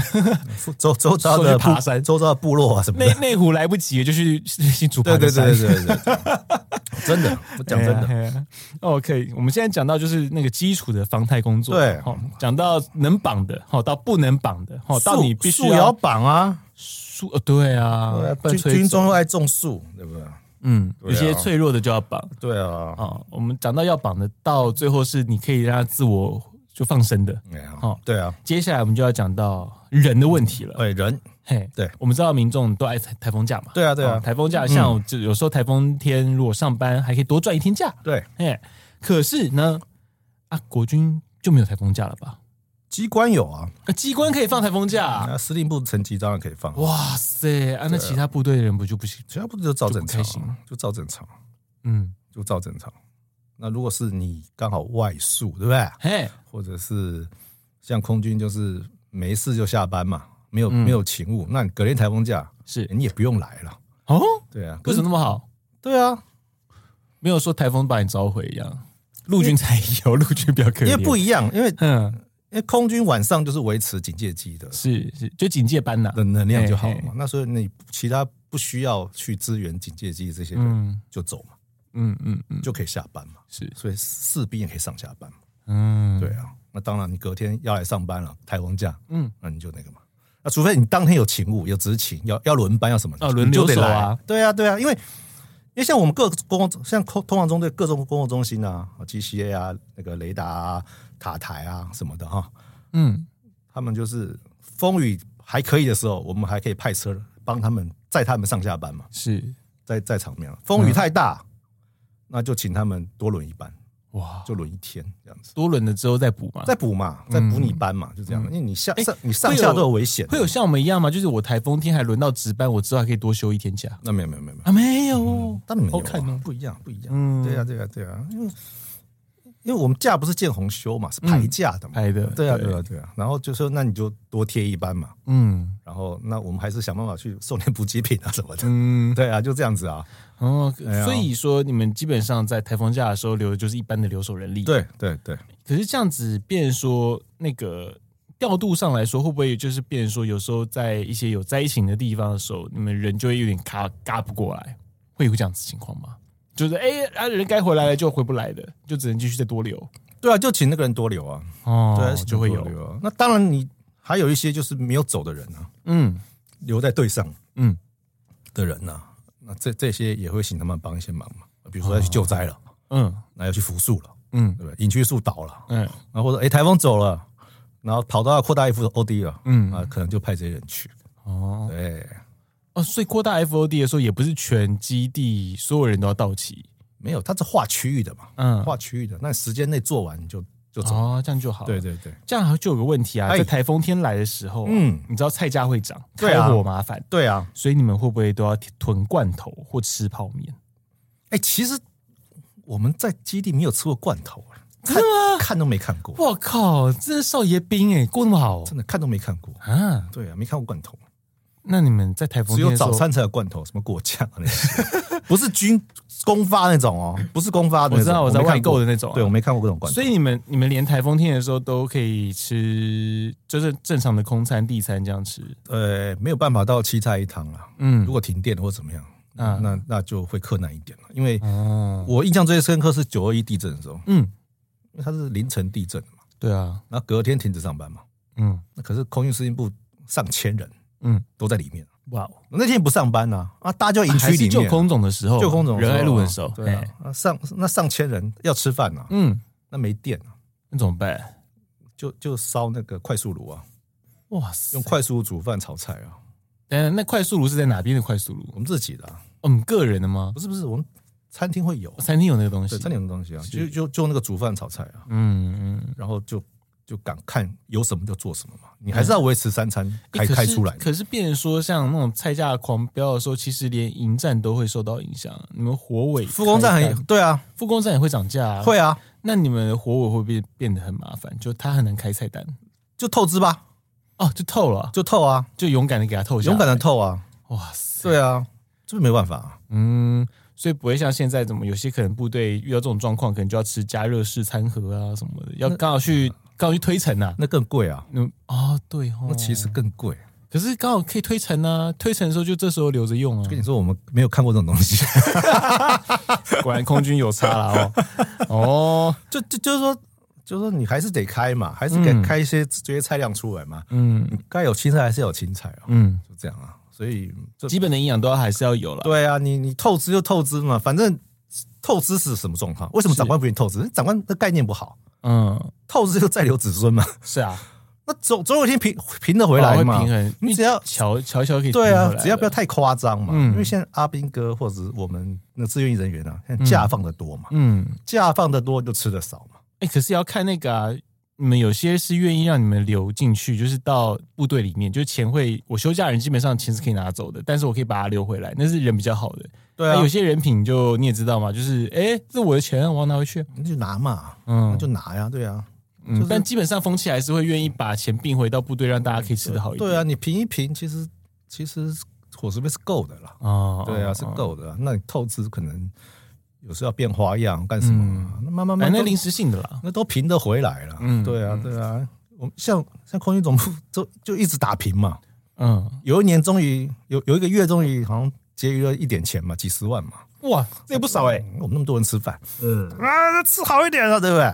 [SPEAKER 2] 周周遭
[SPEAKER 1] 说
[SPEAKER 2] 的
[SPEAKER 1] 哎去爬
[SPEAKER 2] 部
[SPEAKER 1] 山
[SPEAKER 2] 周遭的部落啊什么
[SPEAKER 1] 内 [LAUGHS]
[SPEAKER 2] [LAUGHS] 的，
[SPEAKER 1] 内湖来不及，就去新竹爬
[SPEAKER 2] [LAUGHS] 对
[SPEAKER 1] 个
[SPEAKER 2] 对
[SPEAKER 1] 山。
[SPEAKER 2] 对对对对， [LAUGHS] 真的，我讲真的，
[SPEAKER 1] 嘿啊。嘿啊 OK，我们现在讲到就是那个基础的防泰工作，
[SPEAKER 2] 对
[SPEAKER 1] 好，讲到能绑的，好到不能绑的，好哦到
[SPEAKER 2] 树
[SPEAKER 1] 你必须
[SPEAKER 2] 树摇
[SPEAKER 1] 要
[SPEAKER 2] 绑啊，
[SPEAKER 1] 树，呃对啊，不然
[SPEAKER 2] 军
[SPEAKER 1] 吹
[SPEAKER 2] 军
[SPEAKER 1] 走
[SPEAKER 2] 中又爱种树，对不对？
[SPEAKER 1] 嗯，有
[SPEAKER 2] 对啊
[SPEAKER 1] 些脆弱的就要绑
[SPEAKER 2] 对啊，
[SPEAKER 1] 啊。我们讲到要绑的，到最后是你可以让它自我就放生的。
[SPEAKER 2] 哎呀
[SPEAKER 1] 好
[SPEAKER 2] 对啊，
[SPEAKER 1] 接下来我们就要讲到人的问题了。
[SPEAKER 2] 哎人，
[SPEAKER 1] 嘿，
[SPEAKER 2] 对
[SPEAKER 1] 我们知道民众都爱台台风假嘛，
[SPEAKER 2] 对啊对啊
[SPEAKER 1] 哦台风假像就有时候台风天如果上班还可以多赚一天假，
[SPEAKER 2] 对，
[SPEAKER 1] 哎，可是呢，啊，国军就没有台风假了吧？
[SPEAKER 2] 机关有啊，
[SPEAKER 1] 啊，机关可以放台风假、啊，哦
[SPEAKER 2] 那司令部层级当然可以放，
[SPEAKER 1] 哇塞！啊，那其他部队的人不就不行？
[SPEAKER 2] 其他不是就照正
[SPEAKER 1] 就不开心
[SPEAKER 2] 常，就照正常，
[SPEAKER 1] 嗯，
[SPEAKER 2] 就照正常。那如果是你刚好外宿，对不对？
[SPEAKER 1] 嘿，
[SPEAKER 2] 或者是像空军，就是没事就下班嘛，没有、
[SPEAKER 1] 嗯
[SPEAKER 2] 没有勤务，那你隔天台风假，
[SPEAKER 1] 是
[SPEAKER 2] 你也不用来了。
[SPEAKER 1] 哦，
[SPEAKER 2] 对啊，
[SPEAKER 1] 为什么那么好？
[SPEAKER 2] 对啊，
[SPEAKER 1] 没有说台风把你召回一样，陆军才有，陆军比较可
[SPEAKER 2] 因
[SPEAKER 1] 怜。
[SPEAKER 2] 为不，一样，因为
[SPEAKER 1] 嗯，
[SPEAKER 2] 因为空军晚上就是维持警戒机的
[SPEAKER 1] 是是，就警戒班呐、
[SPEAKER 2] 的能量就好了
[SPEAKER 1] 嘿
[SPEAKER 2] 嘛。那所以你其他不需要去支援警戒机这些人
[SPEAKER 1] 嗯
[SPEAKER 2] 就走嘛，
[SPEAKER 1] 嗯嗯嗯，
[SPEAKER 2] 就可以下班嘛。
[SPEAKER 1] 是，
[SPEAKER 2] 所以士兵也可以上下班嘛。
[SPEAKER 1] 嗯，
[SPEAKER 2] 对，啊，那当然你隔天要来上班了，台风假，
[SPEAKER 1] 嗯，
[SPEAKER 2] 那你就那个嘛。那除非你当天有勤务、有执勤，要要轮班要什么，
[SPEAKER 1] 哦
[SPEAKER 2] 你
[SPEAKER 1] 轮
[SPEAKER 2] 就
[SPEAKER 1] 流
[SPEAKER 2] 得
[SPEAKER 1] 守
[SPEAKER 2] 来
[SPEAKER 1] 啊。
[SPEAKER 2] 对啊，对啊，因为因为像我们各工像空通航中队各种工作中心啊，GCA 啊，那个雷达啊、塔台啊什么的哈，
[SPEAKER 1] 嗯，
[SPEAKER 2] 他们就是风雨还可以的时候，我们还可以派车帮他们载他们上下班嘛，
[SPEAKER 1] 是，
[SPEAKER 2] 在在场面了。风雨太大，那就请他们多轮一班，
[SPEAKER 1] 哇，
[SPEAKER 2] 就轮一天这样子。
[SPEAKER 1] 多轮了之后再补嘛，
[SPEAKER 2] 再补嘛，再补你班嘛，就这样。因为你下上你上
[SPEAKER 1] 会有
[SPEAKER 2] 下都有危险，
[SPEAKER 1] 嗯哎会有像我们一样吗？就是我台风天还轮到值班，我之后还可以多休一天假
[SPEAKER 2] 那没有没有没有没有，
[SPEAKER 1] 啊？没有哦，
[SPEAKER 2] 当然没有
[SPEAKER 1] 好看
[SPEAKER 2] 啊
[SPEAKER 1] 哦，
[SPEAKER 2] 不一样不一样。
[SPEAKER 1] 嗯
[SPEAKER 2] 对啊对啊对啊，因为因为我们假不是见红休嘛，是
[SPEAKER 1] 嗯
[SPEAKER 2] 排假的嘛。
[SPEAKER 1] 拍的，
[SPEAKER 2] 对啊对啊对啊，然后就说那你就多贴一班嘛，
[SPEAKER 1] 嗯
[SPEAKER 2] 然后那我们还是想办法去送点补给品啊什么的。
[SPEAKER 1] 嗯，
[SPEAKER 2] 对啊，就这样子啊。
[SPEAKER 1] 哦，
[SPEAKER 2] 呀
[SPEAKER 1] 所以说你们基本上在台风假的时候留的就是一般的留守人力，。
[SPEAKER 2] 对对对，
[SPEAKER 1] 可是这样子，变成说那个调度上来说，会不会就是变成说有时候在一些有灾情的地方的时候，你们人就会有点嘎嘎不过来，会有这样子情况吗？就是哎、啊，人该回来了就回不来的，就只能继续再多留
[SPEAKER 2] 对啊，就请那个人多留啊。
[SPEAKER 1] 哦
[SPEAKER 2] 对啊，
[SPEAKER 1] 就会
[SPEAKER 2] 多
[SPEAKER 1] 有
[SPEAKER 2] 留啊。那当然，你还有一些就是没有走的人啊，
[SPEAKER 1] 嗯
[SPEAKER 2] 留在队上
[SPEAKER 1] 嗯
[SPEAKER 2] 的人啊，那这这些也会请他们帮一些忙嘛，比如说要去救灾了。
[SPEAKER 1] 嗯
[SPEAKER 2] 那要去扶树了，
[SPEAKER 1] 哦嗯
[SPEAKER 2] 对不对？营区树倒了，
[SPEAKER 1] 嗯
[SPEAKER 2] 然后或者哎台风走了，然后跑到扩大 F O D 了，
[SPEAKER 1] 嗯
[SPEAKER 2] 啊，可能就派这些人去。
[SPEAKER 1] 哦
[SPEAKER 2] 对，
[SPEAKER 1] 哦，所以扩大 FOD 的时候，也不是全基地所有人都要到齐，
[SPEAKER 2] 没有，他是划区域的嘛，
[SPEAKER 1] 嗯
[SPEAKER 2] 划区域的，那时间内做完你就就走。
[SPEAKER 1] 哦，这样就好了。
[SPEAKER 2] 对对对，
[SPEAKER 1] 这样就有个问题啊，
[SPEAKER 2] 哎
[SPEAKER 1] 在台风天来的时候、嗯
[SPEAKER 2] 嗯，
[SPEAKER 1] 你知道菜价会涨，
[SPEAKER 2] 对
[SPEAKER 1] 开
[SPEAKER 2] 啊
[SPEAKER 1] 火麻烦，
[SPEAKER 2] 对啊，
[SPEAKER 1] 所以你们会不会都要囤罐头或吃泡面？
[SPEAKER 2] 哎，其实我们在基地没有吃过罐头啊，看看都没看过，
[SPEAKER 1] 我靠，这是少爷兵哎、过那么好、
[SPEAKER 2] 真的看都没看过。
[SPEAKER 1] 啊！
[SPEAKER 2] 对啊，没看过罐头，
[SPEAKER 1] 那你们在台风天
[SPEAKER 2] 只有
[SPEAKER 1] 的时候
[SPEAKER 2] 早，餐才有罐头，什么果酱啊那些，
[SPEAKER 1] [LAUGHS]
[SPEAKER 2] 不是军公发那种哦，不是公发的
[SPEAKER 1] 我
[SPEAKER 2] 那
[SPEAKER 1] 知
[SPEAKER 2] 种，
[SPEAKER 1] 道我
[SPEAKER 2] 我
[SPEAKER 1] 在
[SPEAKER 2] 没看
[SPEAKER 1] 外购
[SPEAKER 2] 过
[SPEAKER 1] 的，那种啊、
[SPEAKER 2] 对我没看过各种罐头，
[SPEAKER 1] 所以你们你们连台风天的时候都可以吃，就是正常的空餐、地餐这样吃。
[SPEAKER 2] 呃，没有办法到七菜一汤啦。
[SPEAKER 1] 嗯
[SPEAKER 2] 如，果停电或怎么样，
[SPEAKER 1] 嗯
[SPEAKER 2] 那那就会困难一点了。因为
[SPEAKER 1] 哦，
[SPEAKER 2] 我印象最深刻是九二一地震的时候，
[SPEAKER 1] 嗯，
[SPEAKER 2] 因为它是凌晨地震嘛，
[SPEAKER 1] 对啊，
[SPEAKER 2] 然后隔天停止上班嘛。
[SPEAKER 1] 嗯
[SPEAKER 2] 那可是空运司令部上千人
[SPEAKER 1] 嗯，
[SPEAKER 2] 都在里面，
[SPEAKER 1] 哇哦，
[SPEAKER 2] 那天不上班呐、啊，大家就在营
[SPEAKER 1] 还
[SPEAKER 2] 区
[SPEAKER 1] 是
[SPEAKER 2] 里
[SPEAKER 1] 救
[SPEAKER 2] 面。
[SPEAKER 1] 空总的时候，
[SPEAKER 2] 救空总
[SPEAKER 1] 仁爱路的时
[SPEAKER 2] 时
[SPEAKER 1] 候
[SPEAKER 2] 候，对啊
[SPEAKER 1] 哎，
[SPEAKER 2] 啊上那上千人要吃饭呐、
[SPEAKER 1] 嗯，
[SPEAKER 2] 那没电啊，
[SPEAKER 1] 那怎么办？
[SPEAKER 2] 就就烧那个快速炉啊，
[SPEAKER 1] 哇塞
[SPEAKER 2] 用！快速炉煮饭炒菜啊，
[SPEAKER 1] 等一下那快速炉是在哪边的快速炉哦
[SPEAKER 2] 我？们自己的、啊，
[SPEAKER 1] 我们个人的吗？
[SPEAKER 2] 不是不是我们餐厅会有，
[SPEAKER 1] 餐厅有那个东西
[SPEAKER 2] 对，，餐厅有东西啊，就就就那个煮饭炒菜啊，
[SPEAKER 1] 嗯嗯，
[SPEAKER 2] 然后就就敢看有什么就做什么嘛，你还是要维持三餐开开出来
[SPEAKER 1] 哎可是，可是变成说像那种菜价狂飙的时候，其实连营战都会受到影响。你们火尾
[SPEAKER 2] 复工站
[SPEAKER 1] 开
[SPEAKER 2] 很
[SPEAKER 1] 干
[SPEAKER 2] 对啊，
[SPEAKER 1] 复工站也会涨价、啊，。
[SPEAKER 2] 会啊，
[SPEAKER 1] 那你们的火尾会变变得很麻烦，就他很难开菜单
[SPEAKER 2] 就透支吧，
[SPEAKER 1] 哦，就透了，
[SPEAKER 2] 就透啊，
[SPEAKER 1] 就勇敢的给他透下来，
[SPEAKER 2] 勇敢的透啊，
[SPEAKER 1] 哇塞，
[SPEAKER 2] 对啊，这没办法啊，
[SPEAKER 1] 嗯，所以不会像现在怎么有些可能部队遇到这种状况，可能就要吃加热式餐盒啊什么的，要刚好去刚好去推陈啊。
[SPEAKER 2] 那更贵啊，
[SPEAKER 1] 嗯，哦，对哦，
[SPEAKER 2] 那其实更贵。
[SPEAKER 1] 可是刚好可以推陈啊，推陈的时候就这时候留着用啊。
[SPEAKER 2] 跟你说，我们没有看过这种东西，
[SPEAKER 1] 果然空军有差啦哦。
[SPEAKER 2] [LAUGHS]
[SPEAKER 1] 哦，
[SPEAKER 2] [LAUGHS] 就就就是说，就是说你还是得开嘛，还是得
[SPEAKER 1] 嗯
[SPEAKER 2] 开一些这些菜量出来嘛，
[SPEAKER 1] 嗯
[SPEAKER 2] 你该有青菜还是有青菜啊，
[SPEAKER 1] 嗯，
[SPEAKER 2] 就这样啊，所以这
[SPEAKER 1] 基本的营养都还是要有了。
[SPEAKER 2] 对啊，你你透支就透支嘛，反正透支是什么状况？为什么长官不愿意透支？长官的概念不好，
[SPEAKER 1] 嗯，
[SPEAKER 2] 透支就再留子孙嘛。
[SPEAKER 1] 是啊，
[SPEAKER 2] 那总总有一天平平得回来
[SPEAKER 1] 哦会
[SPEAKER 2] 嘛
[SPEAKER 1] 平。衡，
[SPEAKER 2] 你只要
[SPEAKER 1] 瞧瞧一瞧可以
[SPEAKER 2] 对啊
[SPEAKER 1] 平衡回来，的
[SPEAKER 2] 只要不要太夸张嘛。
[SPEAKER 1] 嗯
[SPEAKER 2] 因为现在阿兵哥或者是我们那志愿役人员啊，现在假放的多嘛，
[SPEAKER 1] 嗯，
[SPEAKER 2] 假放的多就吃的少嘛。
[SPEAKER 1] 哎、可是要看那个啊，你们有些是愿意让你们留进去，就是到部队里面，就是钱会我休假人基本上钱是可以拿走的，但是我可以把它留回来，那是人比较好的。
[SPEAKER 2] 对
[SPEAKER 1] 那
[SPEAKER 2] 啊
[SPEAKER 1] 有，些人品就你也知道嘛，就是哎、诶这我的钱，我要拿回去。
[SPEAKER 2] 那就拿嘛，
[SPEAKER 1] 嗯
[SPEAKER 2] 那就拿呀，对啊，
[SPEAKER 1] 嗯，
[SPEAKER 2] 就是
[SPEAKER 1] 但基本上风气还是会愿意把钱并回到部队，让大家可以吃得好一点。
[SPEAKER 2] 对啊，你平一平，其实其实伙食费是够的啦。
[SPEAKER 1] 哦，哦，
[SPEAKER 2] 对啊，
[SPEAKER 1] 哦
[SPEAKER 2] 是。够的啊。那你透支可能有时候要变花样干什么啊？那慢慢慢
[SPEAKER 1] 哎，
[SPEAKER 2] 慢
[SPEAKER 1] 那
[SPEAKER 2] 都
[SPEAKER 1] 临时性的啦，
[SPEAKER 2] 那都平得回来了。
[SPEAKER 1] 嗯
[SPEAKER 2] 对啊
[SPEAKER 1] 嗯，
[SPEAKER 2] 对啊。我们像像空军总部就就一直打平嘛，
[SPEAKER 1] 嗯，
[SPEAKER 2] 有一年终于有有一个月终于好像结余了一点钱嘛，几十万嘛，
[SPEAKER 1] 哇，这也不少哎、
[SPEAKER 2] 嗯我们那么多人吃饭，嗯啊，吃好一点了，对不对？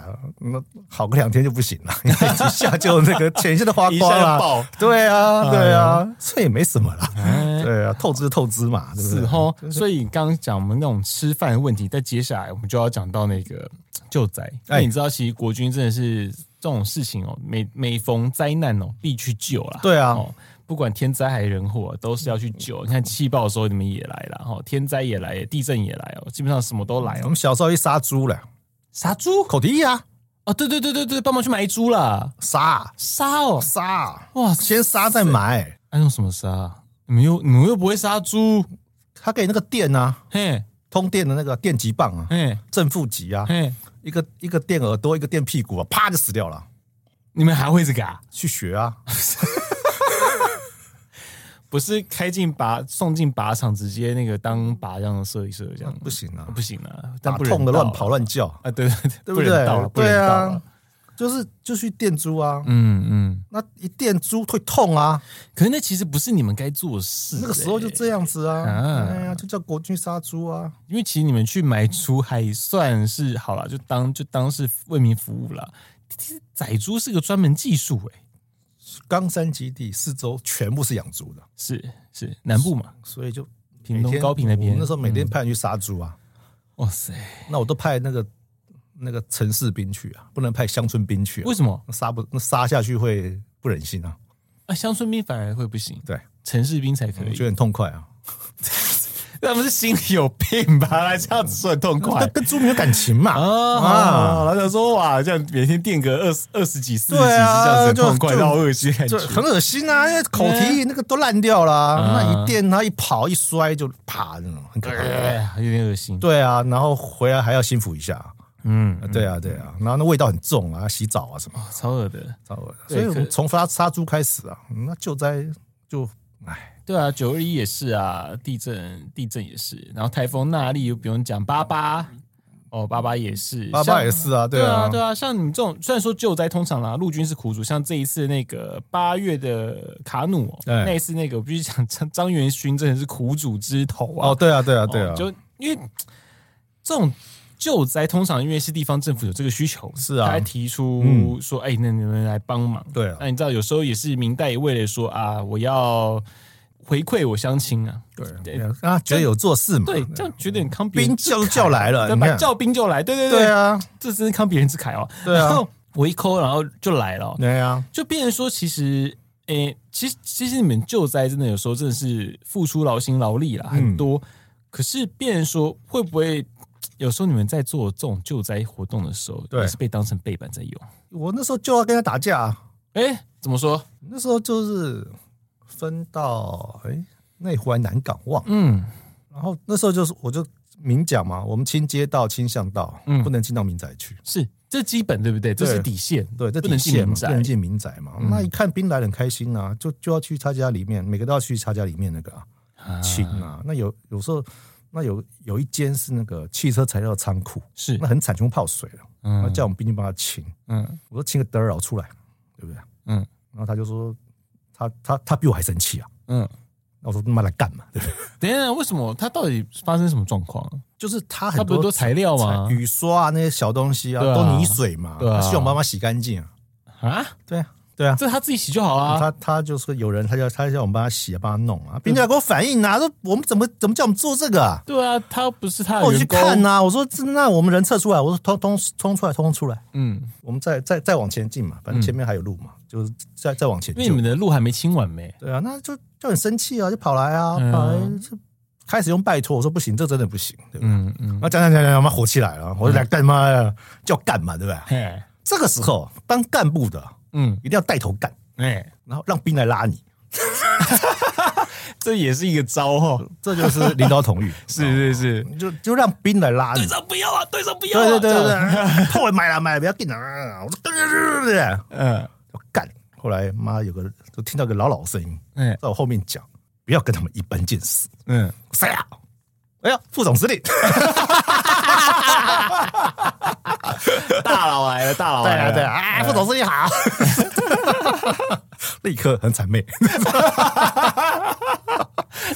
[SPEAKER 2] 那好个两天就不行了， [LAUGHS] 因为一下就那个钱一下就花
[SPEAKER 1] [LAUGHS] 一
[SPEAKER 2] 光
[SPEAKER 1] 下就
[SPEAKER 2] 了。
[SPEAKER 1] 爆，
[SPEAKER 2] 对啊，对啊，这也没什么啦。
[SPEAKER 1] 哎
[SPEAKER 2] 对啊，透支就透支嘛，对不
[SPEAKER 1] 是
[SPEAKER 2] 对？
[SPEAKER 1] 吼，所以刚刚讲我们那种吃饭的问题，但接下来我们就要讲到那个救灾。因
[SPEAKER 2] 哎
[SPEAKER 1] 为你知道，其实国军真的是这种事情哦，每每逢灾难哦，必去救啦。
[SPEAKER 2] 对啊
[SPEAKER 1] 哦，不管天灾还是人祸、都是要去救。你看气爆的时候，你们也来了，哦，天灾也来，地震也来哦，基本上什么都来
[SPEAKER 2] 哎我
[SPEAKER 1] 哦。
[SPEAKER 2] 们小时候一杀猪了，
[SPEAKER 1] 杀猪
[SPEAKER 2] 口蹄疫啊，
[SPEAKER 1] 哦，对对对对对，帮忙去埋猪啦，
[SPEAKER 2] 杀啊
[SPEAKER 1] 杀哦，
[SPEAKER 2] 杀啊，
[SPEAKER 1] 哇，
[SPEAKER 2] 先杀再买，
[SPEAKER 1] 那用什么杀啊？你们又你们又不会杀猪，
[SPEAKER 2] 他给那个电啊，
[SPEAKER 1] 嘿，
[SPEAKER 2] 通电的那个电极棒啊，
[SPEAKER 1] 嘿，
[SPEAKER 2] 正负极啊，
[SPEAKER 1] 嘿，
[SPEAKER 2] 一个一个电耳朵，一个电屁股啊，啪就死掉了。
[SPEAKER 1] 你们还会这个啊？
[SPEAKER 2] 去学啊，
[SPEAKER 1] 不是开进靶送进靶场，直接那个当靶这样射一射这样，
[SPEAKER 2] 不行啊，
[SPEAKER 1] 不行啊， [LAUGHS] 但
[SPEAKER 2] 打
[SPEAKER 1] 不人道
[SPEAKER 2] 痛的乱跑乱叫，
[SPEAKER 1] 啊，对对对，
[SPEAKER 2] 对不
[SPEAKER 1] 人道
[SPEAKER 2] 对
[SPEAKER 1] 啊？不
[SPEAKER 2] 对
[SPEAKER 1] 人道啊
[SPEAKER 2] 啊，，就是就去电猪啊，
[SPEAKER 1] 嗯嗯。
[SPEAKER 2] 那一电猪会痛啊，
[SPEAKER 1] 可是那其实不是你们该做的事、
[SPEAKER 2] 那个时候就
[SPEAKER 1] 欸
[SPEAKER 2] 这样子
[SPEAKER 1] 啊
[SPEAKER 2] 啊，哎呀，就叫国军杀猪啊，
[SPEAKER 1] 因为其实你们去买猪还算是好了，就当就当是为民服务啦。其实宰猪是个专门技术、欸，
[SPEAKER 2] 冈山基地四周全部是养猪的，
[SPEAKER 1] 是是南部嘛，
[SPEAKER 2] 所以就
[SPEAKER 1] 屏
[SPEAKER 2] 每
[SPEAKER 1] 东
[SPEAKER 2] 天
[SPEAKER 1] 高屏那
[SPEAKER 2] 我
[SPEAKER 1] 边，
[SPEAKER 2] 们那时候每天
[SPEAKER 1] 嗯
[SPEAKER 2] 派人去杀猪啊，
[SPEAKER 1] 哇塞，
[SPEAKER 2] 那我都派那个那个城市兵去啊，不能派乡村兵去啊
[SPEAKER 1] 为，什么
[SPEAKER 2] 那杀不那杀下去会不忍心啊，
[SPEAKER 1] 啊？乡村兵反而会不行，
[SPEAKER 2] 对，
[SPEAKER 1] 城市兵才可
[SPEAKER 2] 我
[SPEAKER 1] 以
[SPEAKER 2] 觉，得很痛快啊。
[SPEAKER 1] 他们是心里有病吧？ [LAUGHS] 来这样子说很痛快 [LAUGHS]
[SPEAKER 2] 跟。跟猪没有感情嘛。
[SPEAKER 1] 啊，然后就说哇，这样每天垫个二十二十几、四十几，是
[SPEAKER 2] 对
[SPEAKER 1] 这
[SPEAKER 2] 啊
[SPEAKER 1] 样子
[SPEAKER 2] 就
[SPEAKER 1] 很快
[SPEAKER 2] 就
[SPEAKER 1] 到恶心的感觉
[SPEAKER 2] 就。很恶心
[SPEAKER 1] 哎
[SPEAKER 2] 啊！因为口蹄疫那个都烂掉了啊、
[SPEAKER 1] 嗯
[SPEAKER 2] 那一电它一跑一摔就啪，那种很可怕。
[SPEAKER 1] 哎呀，有点恶心。
[SPEAKER 2] 对啊，然后回来还要辛苦一下。
[SPEAKER 1] 嗯，
[SPEAKER 2] 对啊，对啊，然后那味道很重啊，洗澡啊什么，
[SPEAKER 1] 超恶的。
[SPEAKER 2] 超恶的。
[SPEAKER 1] 对
[SPEAKER 2] 所以我们
[SPEAKER 1] 可
[SPEAKER 2] 从杀杀猪开始啊，那救灾就
[SPEAKER 1] 对啊，九二一也是啊，地震地震也是，然后台风纳利又不用讲，八八哦，八八也是，
[SPEAKER 2] 爸爸
[SPEAKER 1] 像
[SPEAKER 2] 也。是啊，
[SPEAKER 1] 对
[SPEAKER 2] 啊，
[SPEAKER 1] 对啊，像你们这种，虽然说救灾通常啦，陆军是苦主，像这一次那个八月的卡努、哦，
[SPEAKER 2] 哎
[SPEAKER 1] 那一次那个，我必须讲张张元勋真的是苦主之头啊。
[SPEAKER 2] 哦，对啊，对啊，对啊，
[SPEAKER 1] 哦就因为这种救灾，通常因为是地方政府有这个需求，
[SPEAKER 2] 是啊
[SPEAKER 1] 他还提出
[SPEAKER 2] 嗯
[SPEAKER 1] 说，哎、那你们来帮忙。
[SPEAKER 2] 对啊
[SPEAKER 1] 那你知道有时候也是明代也为了说啊，我要回馈我乡亲啊，
[SPEAKER 2] 对啊啊，觉得有做事嘛，
[SPEAKER 1] 对，这样觉得很康别人
[SPEAKER 2] 兵
[SPEAKER 1] 之
[SPEAKER 2] 就
[SPEAKER 1] 凯
[SPEAKER 2] 叫来了，
[SPEAKER 1] 对
[SPEAKER 2] 你
[SPEAKER 1] 吧？
[SPEAKER 2] 看，
[SPEAKER 1] 叫兵就来，对对
[SPEAKER 2] 对，啊，
[SPEAKER 1] 这真是康别人之凯哦。
[SPEAKER 2] 对啊
[SPEAKER 1] 然后我一抠，然后就来了哦、
[SPEAKER 2] 对啊，
[SPEAKER 1] 就变成说，其实，诶、其实其实你们救灾真的
[SPEAKER 2] 嗯
[SPEAKER 1] 有时候真的是付出劳心劳力啦，很多。可是变成说，会不会有时候你们在做这种救灾活动的时候，
[SPEAKER 2] 对
[SPEAKER 1] 也是被当成背板在用。
[SPEAKER 2] 我那时候就要跟他打架、啊，
[SPEAKER 1] 哎、怎么说？
[SPEAKER 2] 那时候就是分到哎内湖还南港忘了，
[SPEAKER 1] 嗯
[SPEAKER 2] 然后那时候就是我就明讲嘛，我们清街道、清巷道，
[SPEAKER 1] 嗯
[SPEAKER 2] 不能进到民宅去。
[SPEAKER 1] 是这基本对不对？这
[SPEAKER 2] 对
[SPEAKER 1] 是底线，
[SPEAKER 2] 对，这
[SPEAKER 1] 不能
[SPEAKER 2] 底
[SPEAKER 1] 进
[SPEAKER 2] 线
[SPEAKER 1] 民
[SPEAKER 2] 嘛
[SPEAKER 1] 宅嗯
[SPEAKER 2] 不能进民宅嘛。那一看兵来了很开心啊，就就要去他家里面，每个都要去他家里面那个啊
[SPEAKER 1] 啊
[SPEAKER 2] 清啊。那有有时候，那有有一间是那个汽车材料的仓库，
[SPEAKER 1] 是
[SPEAKER 2] 那很惨，全部泡水了。他
[SPEAKER 1] 嗯
[SPEAKER 2] 叫我们兵丁帮他清，
[SPEAKER 1] 嗯
[SPEAKER 2] 我说清个得儿出来，对不对？
[SPEAKER 1] 嗯
[SPEAKER 2] 然后他就说，他他他比我还生气啊。
[SPEAKER 1] 嗯。
[SPEAKER 2] 那我说他妈来干嘛？对不对？
[SPEAKER 1] 等一下，为什么他到底发生什么状况？啊
[SPEAKER 2] 就是他
[SPEAKER 1] 他
[SPEAKER 2] 很
[SPEAKER 1] 不是
[SPEAKER 2] 多
[SPEAKER 1] 都材料吗
[SPEAKER 2] 材？雨刷啊那些小东西啊，
[SPEAKER 1] 对啊
[SPEAKER 2] 都泥水嘛，
[SPEAKER 1] 对啊
[SPEAKER 2] 他希望我妈妈洗干净啊。
[SPEAKER 1] 啊，
[SPEAKER 2] 对啊，对啊。
[SPEAKER 1] 这他自己洗就好啦。
[SPEAKER 2] 他他就是有人，他叫他叫我们帮他洗，帮他弄啊，并且还给我反映啊，说我们怎么怎么叫我们做这个啊？
[SPEAKER 1] 对啊，他不是他
[SPEAKER 2] 那我
[SPEAKER 1] 的
[SPEAKER 2] 就去
[SPEAKER 1] 员工。
[SPEAKER 2] 看呐、啊，我说这那我们人撤出来，我说通通冲出来，通通出来，
[SPEAKER 1] 嗯，
[SPEAKER 2] 我们再再再往前进嘛，反正前面还有路嘛，就是再再往前
[SPEAKER 1] 因为你
[SPEAKER 2] 进
[SPEAKER 1] 们。的路还没清完没？
[SPEAKER 2] 对啊，那就就很生气啊，就跑来啊，
[SPEAKER 1] 嗯
[SPEAKER 2] 跑来就开始用拜托，我说不行，这真的不行，对吧？
[SPEAKER 1] 嗯嗯，
[SPEAKER 2] 啊那讲讲讲讲，妈火气来了，我就来干嘛呀？叫干嘛，对不对？
[SPEAKER 1] 嘿，
[SPEAKER 2] 这个时候，当干部的
[SPEAKER 1] 嗯，
[SPEAKER 2] 一定要带头干，
[SPEAKER 1] 哎，
[SPEAKER 2] 然后让兵来拉你，
[SPEAKER 1] 这也是一个招哈。
[SPEAKER 2] 这就是领
[SPEAKER 1] [LAUGHS]
[SPEAKER 2] 导统御，
[SPEAKER 1] 是是是，
[SPEAKER 2] 就就让兵来拉你。
[SPEAKER 1] 上不要啊，对上不
[SPEAKER 2] 哦对对对对
[SPEAKER 1] 这样
[SPEAKER 2] [LAUGHS] 对，后来买了买了，不要紧啊！我说对对对对对，要
[SPEAKER 1] 嗯，
[SPEAKER 2] 干。后来妈有个就听到个老老声音
[SPEAKER 1] 哎，
[SPEAKER 2] 在我后面讲，不要跟他们一般见识。
[SPEAKER 1] 嗯，
[SPEAKER 2] 谁啊？哎呀，副总司令，
[SPEAKER 1] 大佬来了，大佬
[SPEAKER 2] 对啊对
[SPEAKER 1] 对
[SPEAKER 2] 啊，啊，副总司令好， [LAUGHS] 立刻很谄媚，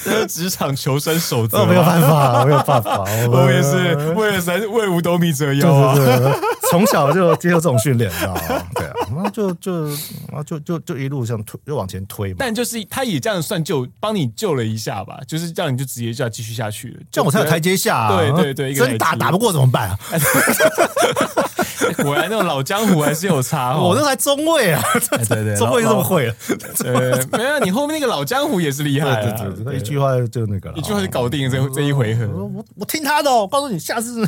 [SPEAKER 1] 这是职场求生守
[SPEAKER 2] 我
[SPEAKER 1] 则，
[SPEAKER 2] 啊哦没有办法，我没有办法，
[SPEAKER 1] 我也是为了神为五斗米折腰啊。
[SPEAKER 2] 对
[SPEAKER 1] [LAUGHS]
[SPEAKER 2] 对对，从小就接受这种训练，你知道吗？对啊，然后就就然后就就就一路向推，就往前推嘛，
[SPEAKER 1] 但就是他也这样算救，帮你救了一下吧，就是这样你就直接就要继续下去了。
[SPEAKER 2] 这样我才有台阶下、啊。
[SPEAKER 1] 对对对一个台阶
[SPEAKER 2] 真打打不过怎么办啊？
[SPEAKER 1] 果然那种老江湖还是有差哦。
[SPEAKER 2] [LAUGHS] 我这才中尉啊，
[SPEAKER 1] 哎对对，
[SPEAKER 2] [LAUGHS] 中尉这么会了，
[SPEAKER 1] [LAUGHS] 呃，没有你后面那个老江湖也是厉害啊，
[SPEAKER 2] 对对对，一句话就那个了，
[SPEAKER 1] 一句话就搞定了这这一回
[SPEAKER 2] 我
[SPEAKER 1] 合。
[SPEAKER 2] 我我听他的、哦，我告诉你，下次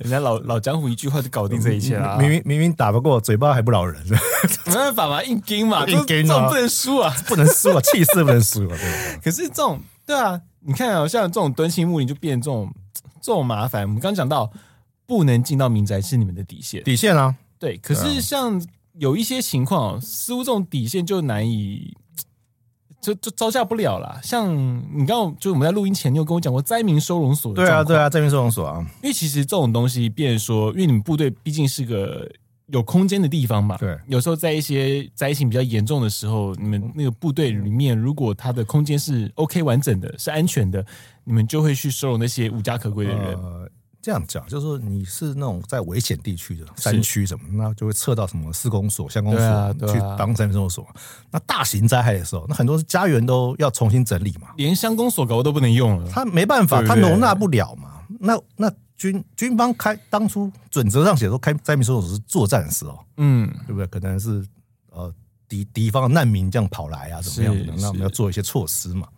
[SPEAKER 1] 人家老老江湖一句话就搞定这一切啊 [LAUGHS] 啦，
[SPEAKER 2] [LAUGHS] 明明明明打不过，嘴巴还不饶人， [LAUGHS]
[SPEAKER 1] 没办法嘛， [LAUGHS] 硬盯嘛，
[SPEAKER 2] 硬
[SPEAKER 1] 这
[SPEAKER 2] 盯啊
[SPEAKER 1] 这种不能输啊。
[SPEAKER 2] 不能输啊，气势不能输啊，对不对？
[SPEAKER 1] [LAUGHS] 可是这种对啊，你看啊，像这种敦亲睦邻就变成这种这种麻烦。我们刚讲到不能进到民宅是你们的底线，
[SPEAKER 2] 底线啊，
[SPEAKER 1] 对，可是像有一些情况、哦，似乎这种底线就难以，就就招架不了啦。像你刚刚就我们在录音前，你有跟我讲过灾民收容所的
[SPEAKER 2] 对啊
[SPEAKER 1] 状况
[SPEAKER 2] 对，啊，这边收容所啊，
[SPEAKER 1] 因为其实这种东西，变成说，因为你们部队毕竟是个有空间的地方嘛，
[SPEAKER 2] 对
[SPEAKER 1] 有时候在一些灾情比较严重的时候，你们那个部队里面，如果它的空间是 OK 完整的，是安全的，你们就会去收容那些无家可归的人。
[SPEAKER 2] 呃，这样讲就是说你是那种在危险地区的山区什么，那就会撤到什么市公所、乡公所、
[SPEAKER 1] 对啊对啊
[SPEAKER 2] 去当山民收容所。那大型灾害的时候，那很多家园都要重新整理嘛，
[SPEAKER 1] 连乡公所狗都不能用了，
[SPEAKER 2] 他没办法，
[SPEAKER 1] 对不
[SPEAKER 2] 他
[SPEAKER 1] 对
[SPEAKER 2] 容纳不了嘛。那那军军方开当初准则上写说开灾民收容所是作战的时候，
[SPEAKER 1] 嗯，
[SPEAKER 2] 对不对？可能是呃敌敌方的难民这样跑来啊，怎么样的？
[SPEAKER 1] 是
[SPEAKER 2] 那我们
[SPEAKER 1] 是
[SPEAKER 2] 要做一些措施嘛。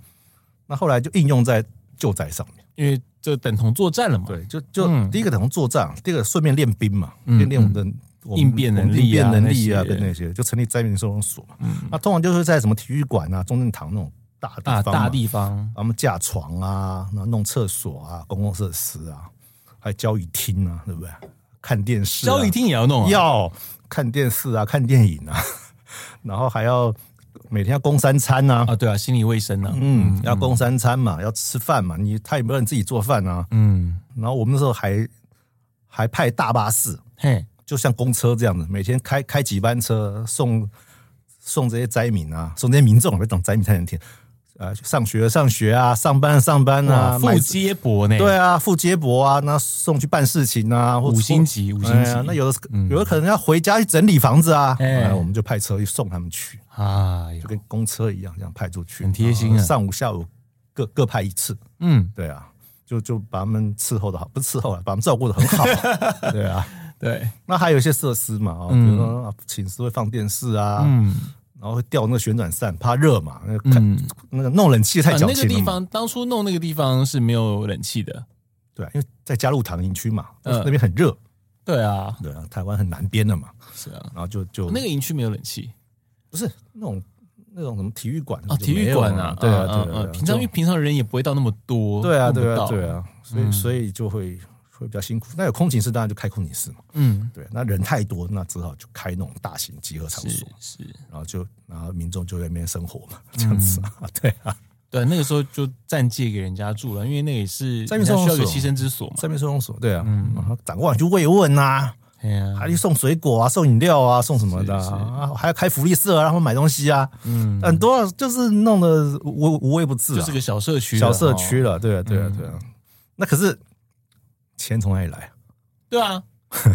[SPEAKER 2] 那后来就应用在救灾上面。
[SPEAKER 1] 因为这等同作战了嘛。
[SPEAKER 2] 对，就就、
[SPEAKER 1] 嗯
[SPEAKER 2] 第一个等于作战，第二个顺便练兵嘛，
[SPEAKER 1] 嗯
[SPEAKER 2] 练练我们的我们
[SPEAKER 1] 应变能力啊
[SPEAKER 2] 我们应变能力啊，
[SPEAKER 1] 那些嗯
[SPEAKER 2] 跟那些就成立灾民收容所嘛。那通常就是在什么体育馆啊、中正堂那种大地
[SPEAKER 1] 大
[SPEAKER 2] 方嘛
[SPEAKER 1] 啊大地方，
[SPEAKER 2] 他们架床啊，那弄厕所啊、公共设施啊，还有交易厅啊，对不对？看电视、啊，
[SPEAKER 1] 交易厅也要弄、啊，
[SPEAKER 2] 要看电视啊、看电影啊， [LAUGHS] 然后还要每天要供三餐啊。
[SPEAKER 1] 啊，对啊，心理卫生啊，
[SPEAKER 2] 嗯，要供三餐嘛，要吃饭嘛，你他也不让你自己做饭啊，
[SPEAKER 1] 嗯，
[SPEAKER 2] 然后我们那时候还还派大巴士，
[SPEAKER 1] 嘿，
[SPEAKER 2] 就像公车这样的，每天开开几班车送送这些灾民啊，送这些民众，不是讲灾民才能听，呃，上学的上学啊，上班的上班啊，
[SPEAKER 1] 哇，
[SPEAKER 2] 买
[SPEAKER 1] 副接驳呢，
[SPEAKER 2] 对啊，副接驳啊，那送去办事情啊，或
[SPEAKER 1] 五星级五星级嗯
[SPEAKER 2] 哎呀那有的有的可能要回家去整理房子啊，
[SPEAKER 1] 哎
[SPEAKER 2] 哎，我们就派车去送他们去，
[SPEAKER 1] 哎呦
[SPEAKER 2] 就，跟公车一样这样派出去，
[SPEAKER 1] 很贴心啊
[SPEAKER 2] 然后上午下午各各派一次，
[SPEAKER 1] 嗯，
[SPEAKER 2] 对啊，就就把他们伺候的好，不是伺候了，把他们照顾的很
[SPEAKER 1] [LAUGHS]
[SPEAKER 2] 好。对啊，
[SPEAKER 1] 对，
[SPEAKER 2] 那还有一些设施嘛，哦，比如说啊寝室会放电视啊，
[SPEAKER 1] 嗯，
[SPEAKER 2] 然后会掉那个旋转扇，怕热嘛，那个、看那个弄冷气太
[SPEAKER 1] 啊，
[SPEAKER 2] 矫
[SPEAKER 1] 那个
[SPEAKER 2] 情了
[SPEAKER 1] 地
[SPEAKER 2] 嘛。
[SPEAKER 1] 方当初弄那个地方是没有冷气的。
[SPEAKER 2] 对啊，因为在加入唐营区嘛，
[SPEAKER 1] 嗯
[SPEAKER 2] 那边很热，
[SPEAKER 1] 对啊，
[SPEAKER 2] 对啊，台湾很南边的嘛，
[SPEAKER 1] 是啊，
[SPEAKER 2] 然后就就
[SPEAKER 1] 那个营区没有冷气
[SPEAKER 2] 不是那种那种什么体育馆
[SPEAKER 1] 啊，
[SPEAKER 2] 就
[SPEAKER 1] 体育馆
[SPEAKER 2] 没有啊
[SPEAKER 1] 啊，，
[SPEAKER 2] 对
[SPEAKER 1] 嗯
[SPEAKER 2] 啊，对
[SPEAKER 1] 嗯
[SPEAKER 2] 啊，
[SPEAKER 1] 嗯平常因为
[SPEAKER 2] 就
[SPEAKER 1] 平常人也不会到那么多，
[SPEAKER 2] 对啊，
[SPEAKER 1] 弄不
[SPEAKER 2] 对啊，
[SPEAKER 1] 到嗯
[SPEAKER 2] 对，啊，所以所以就会会比较辛苦。那有空警室，当然就开空警室嘛，
[SPEAKER 1] 嗯，
[SPEAKER 2] 对，那人太多，那只好就开那种大型集合场
[SPEAKER 1] 是
[SPEAKER 2] 所，
[SPEAKER 1] 是，
[SPEAKER 2] 然后就然后民众就在那边生活嘛， [LAUGHS] 这样子啊，
[SPEAKER 1] 嗯
[SPEAKER 2] 对啊，
[SPEAKER 1] 对，那个时候就暂借给人家住了，因为那个也是
[SPEAKER 2] 在
[SPEAKER 1] 人家
[SPEAKER 2] 民生
[SPEAKER 1] 需要一个
[SPEAKER 2] 所
[SPEAKER 1] 栖身之所嘛，
[SPEAKER 2] 在那边收容所，对啊，
[SPEAKER 1] 嗯
[SPEAKER 2] 然后长官去慰问呐、
[SPEAKER 1] 哎呀，
[SPEAKER 2] 还去送水果啊，送饮料啊，送什么的
[SPEAKER 1] 是是
[SPEAKER 2] 啊，啊还要开福利社、啊、让他们买东西啊，嗯，很多啊就是弄得无无微不至
[SPEAKER 1] 就
[SPEAKER 2] 啊
[SPEAKER 1] 是，个小社区了，
[SPEAKER 2] 小社区
[SPEAKER 1] 哦，
[SPEAKER 2] 了，对啊，对啊，对啊。那可是钱从哪里来？
[SPEAKER 1] 对啊，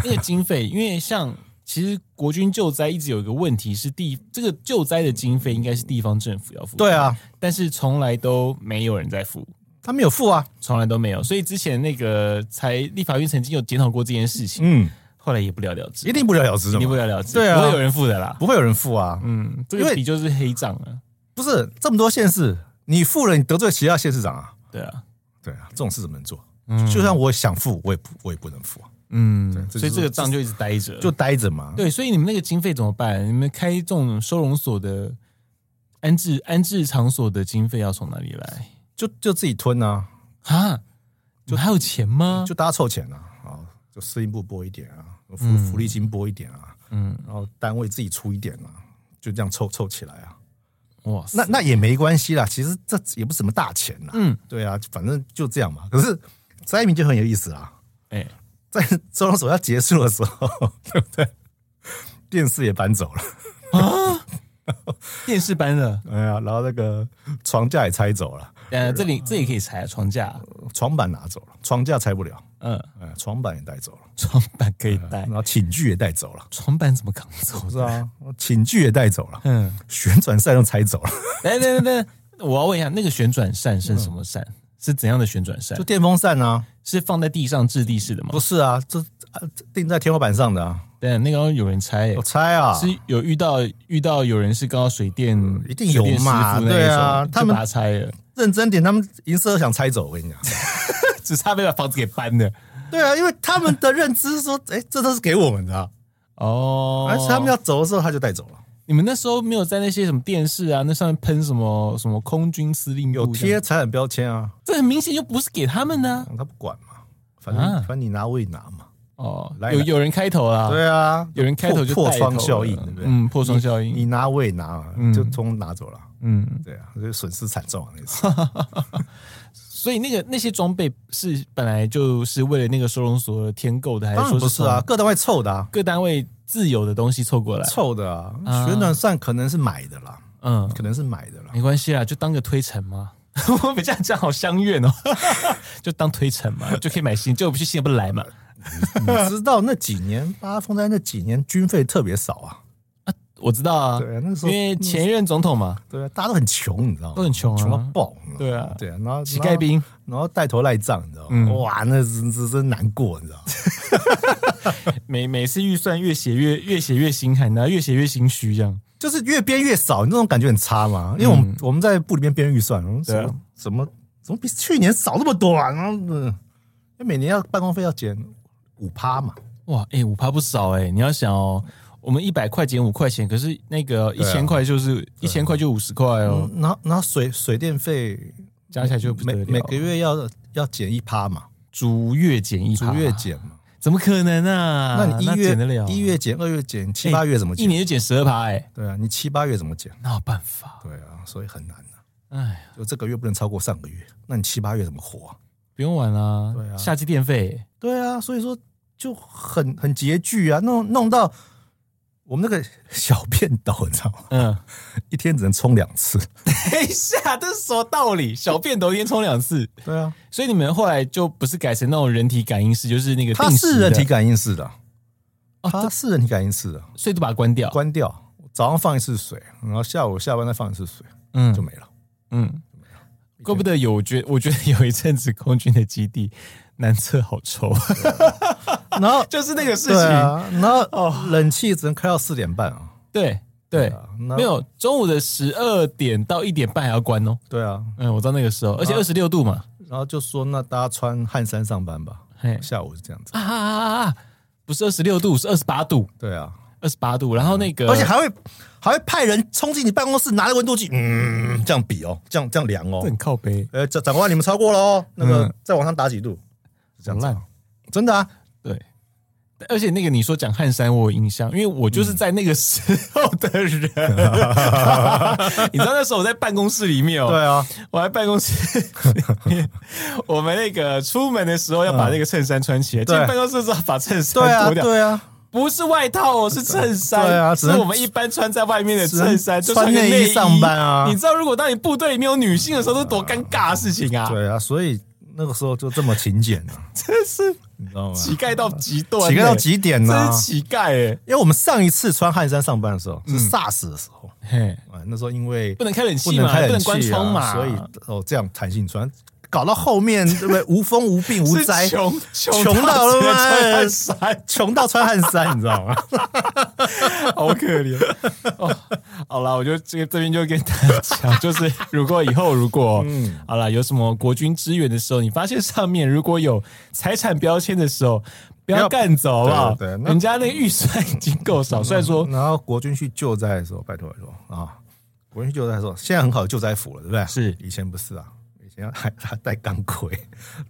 [SPEAKER 1] 那个经费，因为像其实国军救灾一直有一个问题是地这个救灾的经费应该是地方政府要付，
[SPEAKER 2] 对，啊，
[SPEAKER 1] 但是从来都没有人在付，
[SPEAKER 2] 他没有付啊，
[SPEAKER 1] 从来都没有，所以之前那个才立法院曾经有检讨过这件事情，
[SPEAKER 2] 嗯，
[SPEAKER 1] 后来也不了了之，
[SPEAKER 2] 一定不了了之的
[SPEAKER 1] 一定不
[SPEAKER 2] 嘛，
[SPEAKER 1] 了了之，
[SPEAKER 2] 对啊
[SPEAKER 1] 不会有人付的啦。
[SPEAKER 2] 不会有人付啊，
[SPEAKER 1] 嗯，这
[SPEAKER 2] 因
[SPEAKER 1] 个
[SPEAKER 2] 为
[SPEAKER 1] 笔就是黑账啊，
[SPEAKER 2] 不是这么多县市，你付了，你得罪其他县市长啊，
[SPEAKER 1] 对啊，
[SPEAKER 2] 对啊，这种事怎么能做？
[SPEAKER 1] 嗯
[SPEAKER 2] 就算我想付，我也不我也不能付啊，
[SPEAKER 1] 嗯，
[SPEAKER 2] 这
[SPEAKER 1] 所以
[SPEAKER 2] 就
[SPEAKER 1] 这
[SPEAKER 2] 是
[SPEAKER 1] 个账就一直待着，
[SPEAKER 2] 就待着嘛，
[SPEAKER 1] 对，所以你们那个经费怎么办？你们开这种收容所的安置安置场所的经费要从哪里来
[SPEAKER 2] 就就自己吞啊，
[SPEAKER 1] 啊？就还有钱吗？
[SPEAKER 2] 就大家凑钱啊，啊，就司令部拨一点啊，福福利金拨一点啊，
[SPEAKER 1] 嗯，
[SPEAKER 2] 然后单位自己出一点啊，就这样凑凑起来啊，
[SPEAKER 1] 哇塞，
[SPEAKER 2] 那那也没关系啦，其实这也不是什么大钱啦，
[SPEAKER 1] 嗯，
[SPEAKER 2] 对啊，反正就这样嘛。可是灾民就很有意思啊，
[SPEAKER 1] 哎，
[SPEAKER 2] 在 [LAUGHS] 收容所要结束的时候， [LAUGHS] 对不对？电视也搬走了，
[SPEAKER 1] 电视搬了，
[SPEAKER 2] 哎呀，然后那个床架也拆走了，
[SPEAKER 1] 呃，这里这里可以裁床架，
[SPEAKER 2] 床板拿走了，床架拆不了，
[SPEAKER 1] 嗯，
[SPEAKER 2] 哎，床板也带走了，
[SPEAKER 1] 床板可以带
[SPEAKER 2] 然，后寝具也带走了，
[SPEAKER 1] 床板怎么扛 [LAUGHS] 走？
[SPEAKER 2] 不是啊，寝具也带走了，
[SPEAKER 1] 嗯，
[SPEAKER 2] 旋转扇都拆走了，
[SPEAKER 1] 来来来来，我要问一哎下，那个旋转扇是什么扇？是怎样的旋转扇
[SPEAKER 2] 嗯就？电风扇啊，
[SPEAKER 1] 是放在地上置地式的吗
[SPEAKER 2] 不？是啊，这啊这钉在天花板上的啊，
[SPEAKER 1] 对，那个要有人拆、欸
[SPEAKER 2] 我，猜啊，
[SPEAKER 1] 是有遇到遇到有人是刚刚水电，
[SPEAKER 2] 嗯一定有嘛
[SPEAKER 1] 水电师傅那一种
[SPEAKER 2] 对啊
[SPEAKER 1] 就
[SPEAKER 2] 他们
[SPEAKER 1] 把它拆了，
[SPEAKER 2] 认真点，他们银色想拆走，我
[SPEAKER 1] [LAUGHS]
[SPEAKER 2] 跟你讲。
[SPEAKER 1] 只差没把房子给搬了。
[SPEAKER 2] 对啊，因为他们的认知说， [LAUGHS] 哎、这都是给我们的、啊，
[SPEAKER 1] 哦，
[SPEAKER 2] 而且他们要走的时候他就带走了，
[SPEAKER 1] 你们那时候没有在那些什么电视啊，那上面喷什么什么空军司令部
[SPEAKER 2] 有
[SPEAKER 1] 这样，
[SPEAKER 2] 贴财产标签啊，
[SPEAKER 1] 这很明显就不是给他们呢、
[SPEAKER 2] 他不管嘛，反正、
[SPEAKER 1] 啊
[SPEAKER 2] 反正你拿我也拿嘛，
[SPEAKER 1] 哦，
[SPEAKER 2] 来
[SPEAKER 1] 有
[SPEAKER 2] 来
[SPEAKER 1] 有人开头啦，
[SPEAKER 2] 对啊，
[SPEAKER 1] 有人开头就
[SPEAKER 2] 破
[SPEAKER 1] 带
[SPEAKER 2] 破
[SPEAKER 1] 头
[SPEAKER 2] 窗效应，
[SPEAKER 1] 了
[SPEAKER 2] 对不对？
[SPEAKER 1] 嗯，破窗效应，
[SPEAKER 2] 你拿我也拿嘛，
[SPEAKER 1] 嗯
[SPEAKER 2] 就通拿走了，
[SPEAKER 1] 嗯。
[SPEAKER 2] 对啊，就损失惨重啊，那个
[SPEAKER 1] [LAUGHS] 哎
[SPEAKER 2] 是
[SPEAKER 1] 所以那个那些装备是本来就是为了那个收容所添购的，还
[SPEAKER 2] 当
[SPEAKER 1] 说
[SPEAKER 2] 然不是啊，
[SPEAKER 1] 从
[SPEAKER 2] 各单位凑的啊，
[SPEAKER 1] 各单位自有的东西凑过来？
[SPEAKER 2] 凑的啊
[SPEAKER 1] 啊，
[SPEAKER 2] 旋转扇可能是买的啦，
[SPEAKER 1] 嗯，
[SPEAKER 2] 可能是买的啦，
[SPEAKER 1] 没关系啦，就当个推陈嘛。 [LAUGHS] 我们这样讲好相怨哦， [LAUGHS] 就当推陈嘛，就可以买新，就不去新的不来嘛。嗯
[SPEAKER 2] 你知道那几年八风灾那几年军费特别少啊，
[SPEAKER 1] 我知道啊，
[SPEAKER 2] 对啊，那
[SPEAKER 1] 因
[SPEAKER 2] 时候
[SPEAKER 1] 为前一任总统嘛，
[SPEAKER 2] 对啊，大家都很穷，你知道吗？
[SPEAKER 1] 都很穷啊
[SPEAKER 2] 穷到爆，你知道吗
[SPEAKER 1] 对啊
[SPEAKER 2] 对啊，然后
[SPEAKER 1] 乞丐，嗯兵，
[SPEAKER 2] 然后然后带头赖账，你知道吗？哇，那真真真难过，你知道吗？
[SPEAKER 1] 每每次预算越写越越写越心寒，啊然后越写越心虚，这样
[SPEAKER 2] 就是越编越少，你那种感觉很差嘛。因为我们、我们在部里面编预算，我们怎
[SPEAKER 1] 嗯对
[SPEAKER 2] 么、
[SPEAKER 1] 啊
[SPEAKER 2] 怎么怎么比去年少那么多啊？然后、嗯因为每年要办公费要减五趴嘛，
[SPEAKER 1] 哇，哎、五趴不少哎、你要想哦，我们一百块减五块钱，可是那个一
[SPEAKER 2] 对啊
[SPEAKER 1] 千块就是一千块就五十块哦，
[SPEAKER 2] 嗯，然后然后水水电费
[SPEAKER 1] 加起来就不得
[SPEAKER 2] 每
[SPEAKER 1] 了
[SPEAKER 2] 每个月要要减一趴嘛，
[SPEAKER 1] 逐月减一趴，
[SPEAKER 2] 逐月减嘛。
[SPEAKER 1] 怎么可能啊？
[SPEAKER 2] 那你一
[SPEAKER 1] 减得了
[SPEAKER 2] 月一月减，二月减，七
[SPEAKER 1] 哎
[SPEAKER 2] 八月怎么
[SPEAKER 1] 一
[SPEAKER 2] 减？
[SPEAKER 1] 年就减十二趴，哎、
[SPEAKER 2] 对啊，你七八月怎么减？
[SPEAKER 1] 哪有办法？
[SPEAKER 2] 对啊，所以很难啊。
[SPEAKER 1] 哎，
[SPEAKER 2] 就这个月不能超过上个月，那你七八月怎么活、啊？
[SPEAKER 1] 不用玩啦、
[SPEAKER 2] 对啊
[SPEAKER 1] 夏季电费，
[SPEAKER 2] 对啊，所以说就很很拮据啊，弄弄到我们那个小便斗，你知道吗？ [LAUGHS]
[SPEAKER 1] 嗯，
[SPEAKER 2] 一天只能冲两次。
[SPEAKER 1] 等一下，这是什么道理？小便斗一天冲两次，
[SPEAKER 2] 对啊，
[SPEAKER 1] 所以你们后来就不是改成那种人体感应式，就是那个
[SPEAKER 2] 它
[SPEAKER 1] 定时
[SPEAKER 2] 是
[SPEAKER 1] 的
[SPEAKER 2] 人体，感应式的，
[SPEAKER 1] 哦
[SPEAKER 2] 它是人体感应式的，
[SPEAKER 1] 所以就把它关掉。
[SPEAKER 2] 关掉，早上放一次水，然后下午下班再放一次水，就
[SPEAKER 1] 嗯
[SPEAKER 2] 没了。
[SPEAKER 1] 嗯，怪不得有觉，我觉得有一阵子空军的基地南侧好臭，
[SPEAKER 2] 然后
[SPEAKER 1] [LAUGHS] 就是那个事情。
[SPEAKER 2] 对啊，然后冷气只能开到四点半啊。
[SPEAKER 1] 对哦对
[SPEAKER 2] 啊，那
[SPEAKER 1] 没有中午的十二点到一点半还要关哦。
[SPEAKER 2] 对啊，
[SPEAKER 1] 嗯，我知道那个时候，而且二十六度嘛。
[SPEAKER 2] 然后就说那大家穿汗衫上班吧，
[SPEAKER 1] 嘿
[SPEAKER 2] 下午是这样子，
[SPEAKER 1] 啊啊啊啊啊！不是二十六度，是二十八度，
[SPEAKER 2] 对啊，
[SPEAKER 1] 二十八度。然后那个，
[SPEAKER 2] 而且还会还会派人冲进你办公室拿着温度计，嗯，这样比哦，这样这样量哦
[SPEAKER 1] 这，很靠背，
[SPEAKER 2] 呃，长长官你们超过了哦，那个
[SPEAKER 1] 嗯
[SPEAKER 2] 再往上打几度，是这
[SPEAKER 1] 讲
[SPEAKER 2] 样子
[SPEAKER 1] 烂
[SPEAKER 2] 啊，。真的啊，
[SPEAKER 1] 对，而且那个你说讲汗衫，我有印象，因为我就是在那个时候的 [LAUGHS] 人。你知道那时候我在办公室里面哦，
[SPEAKER 2] 对啊，
[SPEAKER 1] 我在办公室 [LAUGHS] 里面，我们那个出门的时候要把那个衬衫穿起来，进
[SPEAKER 2] 嗯对
[SPEAKER 1] 办公室的时候把衬衫
[SPEAKER 2] 对啊，
[SPEAKER 1] 脱掉，
[SPEAKER 2] 对啊，
[SPEAKER 1] 不是外套哦，是衬衫。
[SPEAKER 2] 对啊只
[SPEAKER 1] 是
[SPEAKER 2] 能
[SPEAKER 1] 我们一般穿在外面的衬衫，
[SPEAKER 2] 只
[SPEAKER 1] 就
[SPEAKER 2] 能穿
[SPEAKER 1] 个
[SPEAKER 2] 内衣
[SPEAKER 1] 内
[SPEAKER 2] 上班啊
[SPEAKER 1] 你知道，如果当你部队里面有女性的时候，是多尴尬的事情啊！
[SPEAKER 2] 对啊，所以那个时候就这么
[SPEAKER 1] [LAUGHS]
[SPEAKER 2] 勤俭啊，
[SPEAKER 1] 真是
[SPEAKER 2] 你知道吗？
[SPEAKER 1] 乞丐到极端欸，
[SPEAKER 2] 乞丐到极点啊呢、
[SPEAKER 1] 真是乞丐欸
[SPEAKER 2] 因为我们上一次穿汗衫上班的时候是 SARS 的时候，
[SPEAKER 1] 哎，嘿，
[SPEAKER 2] 啊、那时候因为
[SPEAKER 1] 不能开冷气
[SPEAKER 2] 不能
[SPEAKER 1] 嘛，
[SPEAKER 2] 开
[SPEAKER 1] 嗯不
[SPEAKER 2] 冷
[SPEAKER 1] 能
[SPEAKER 2] 气、啊、
[SPEAKER 1] 关窗嘛，
[SPEAKER 2] 所以哦这样弹性穿，搞到后面 [LAUGHS] 对不对？无风无病无
[SPEAKER 1] 是
[SPEAKER 2] 灾，
[SPEAKER 1] 穷穷
[SPEAKER 2] 穷到了
[SPEAKER 1] 只能
[SPEAKER 2] 妈
[SPEAKER 1] 穿
[SPEAKER 2] 的
[SPEAKER 1] 汗衫
[SPEAKER 2] 穷到穿汗衫，你知道吗？
[SPEAKER 1] [LAUGHS] 好可怜。哦，好啦，我就这个这边就跟大家讲，就是如果以后如果，嗯，好啦，有什么国军支援的时候，你发现上面如果有财产标签的时候，不要
[SPEAKER 2] 要
[SPEAKER 1] 干走好不好？
[SPEAKER 2] 对对那嗯
[SPEAKER 1] 人家那个预算已经够少，虽然说
[SPEAKER 2] [LAUGHS] 然后国军去救灾的时候，拜托拜托啊！国军去救灾的时候，现在很好的救灾服了，对不对？
[SPEAKER 1] 是
[SPEAKER 2] 以前不是啊，以前还还戴钢盔，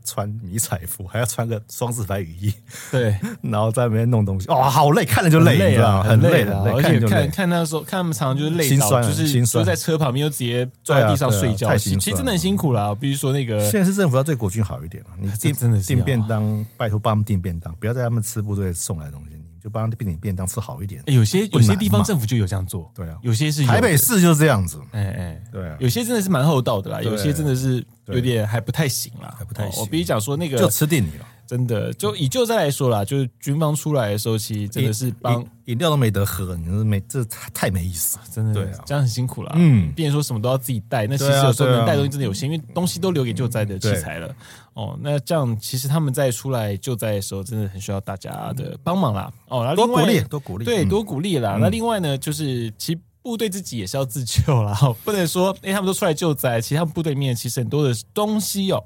[SPEAKER 2] 穿迷彩服，还要穿个双字牌雨衣， [LAUGHS]
[SPEAKER 1] 对
[SPEAKER 2] 然后在那边弄东西，哦，好累，看着就
[SPEAKER 1] 很
[SPEAKER 2] 累，你知道
[SPEAKER 1] 啊，
[SPEAKER 2] 吗？很累
[SPEAKER 1] 啊
[SPEAKER 2] 很累，
[SPEAKER 1] 而
[SPEAKER 2] 看
[SPEAKER 1] 且
[SPEAKER 2] 着就
[SPEAKER 1] 看
[SPEAKER 2] 累。
[SPEAKER 1] 看那时候看他们常常就是累
[SPEAKER 2] 心
[SPEAKER 1] 到，
[SPEAKER 2] 酸啊
[SPEAKER 1] 就是
[SPEAKER 2] 心
[SPEAKER 1] 就
[SPEAKER 2] 酸
[SPEAKER 1] 在车旁边就直接坐在地上
[SPEAKER 2] 对啊对啊
[SPEAKER 1] 睡觉，
[SPEAKER 2] 太
[SPEAKER 1] 其
[SPEAKER 2] 心
[SPEAKER 1] 其实
[SPEAKER 2] 酸
[SPEAKER 1] 真的很辛苦啦。我必须说那个
[SPEAKER 2] 现在是政府要对国军好一点嘛，你订
[SPEAKER 1] 真的是要啊
[SPEAKER 2] 订便当，拜托帮他们订便当，不要在他们吃部队送来的东西，你就帮他们订点便当吃好一点。
[SPEAKER 1] 欸有些有
[SPEAKER 2] 不难
[SPEAKER 1] 些地方
[SPEAKER 2] 嘛
[SPEAKER 1] 政府就有这样做，
[SPEAKER 2] 对啊
[SPEAKER 1] 有些是有
[SPEAKER 2] 台北
[SPEAKER 1] 的，
[SPEAKER 2] 市就是这样子，
[SPEAKER 1] 哎哎，
[SPEAKER 2] 对啊，
[SPEAKER 1] 有些真的是蛮厚道的啦，有些真的是
[SPEAKER 2] 对
[SPEAKER 1] 有点还不太行啦，还
[SPEAKER 2] 不太行
[SPEAKER 1] 我必须讲说那
[SPEAKER 2] 就
[SPEAKER 1] 个
[SPEAKER 2] 吃定你了，
[SPEAKER 1] 真的，就以救灾来说啦，就是军方出来的时候，其实真的是帮
[SPEAKER 2] 饮饮料都没得喝，你这没这太太没意思了。
[SPEAKER 1] 真的
[SPEAKER 2] 对啊
[SPEAKER 1] 这样很辛苦啦。
[SPEAKER 2] 嗯
[SPEAKER 1] 变成说什么都要自己带，那其实
[SPEAKER 2] 对啊啊
[SPEAKER 1] 有时候
[SPEAKER 2] 对
[SPEAKER 1] 能
[SPEAKER 2] 啊
[SPEAKER 1] 带的东西真的有限，因为东西都留给救灾的器材了。哦，那这样其实他们在出来救灾的时候，真的很需要大家的帮忙啦。哦，然后
[SPEAKER 2] 多
[SPEAKER 1] 另外
[SPEAKER 2] 鼓励，多鼓励，
[SPEAKER 1] 对，
[SPEAKER 2] 嗯
[SPEAKER 1] 多鼓励啦。那另外呢，就是其实部队自己也是要自救啦， [LAUGHS] 哦不能说哎、诶他们都出来救灾，其实他们部队里面其实很多的东西哦。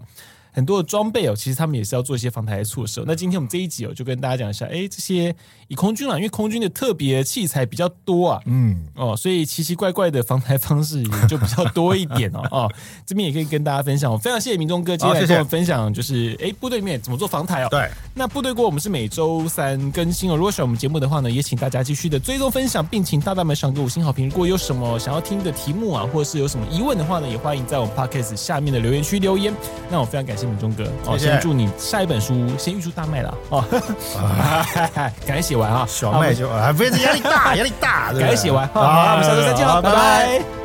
[SPEAKER 1] 很多的装备哦，其实他们也是要做一些防台的措施哦、那今天我们这一集哦，就跟大家讲一下，哎，这些以空军啦，因为空军的特别器材比较多啊，
[SPEAKER 2] 嗯，
[SPEAKER 1] 哦，所以奇奇怪怪的防台方式也就比较多一点
[SPEAKER 2] [LAUGHS]
[SPEAKER 1] 哦。哦，这边也可以跟大家分享，我哦非常谢谢民众哥今天
[SPEAKER 2] 好
[SPEAKER 1] 来
[SPEAKER 2] 谢谢
[SPEAKER 1] 跟我们分享，就是哎、部队里面怎么做防台哦。
[SPEAKER 2] 对，
[SPEAKER 1] 那部队锅我们是每周三更新哦。如果喜欢我们节目的话呢，也请大家继续的追踪分享，并请大大们赏给五星好评。如果有什么想要听的题目啊，或者是有什么疑问的话呢，也欢迎在我们 podcast 下面的留言区留言。那我非常感谢明忠哥哦，
[SPEAKER 2] 谢谢
[SPEAKER 1] 先祝你下一本书先预祝大卖啦哦， [LAUGHS] 赶紧写完啊， [LAUGHS]
[SPEAKER 2] 小麦就啊，不是压力大，压力大，对不对
[SPEAKER 1] 赶紧写完好
[SPEAKER 2] 啊
[SPEAKER 1] 我们下周再见了哦
[SPEAKER 2] 好
[SPEAKER 1] 拜拜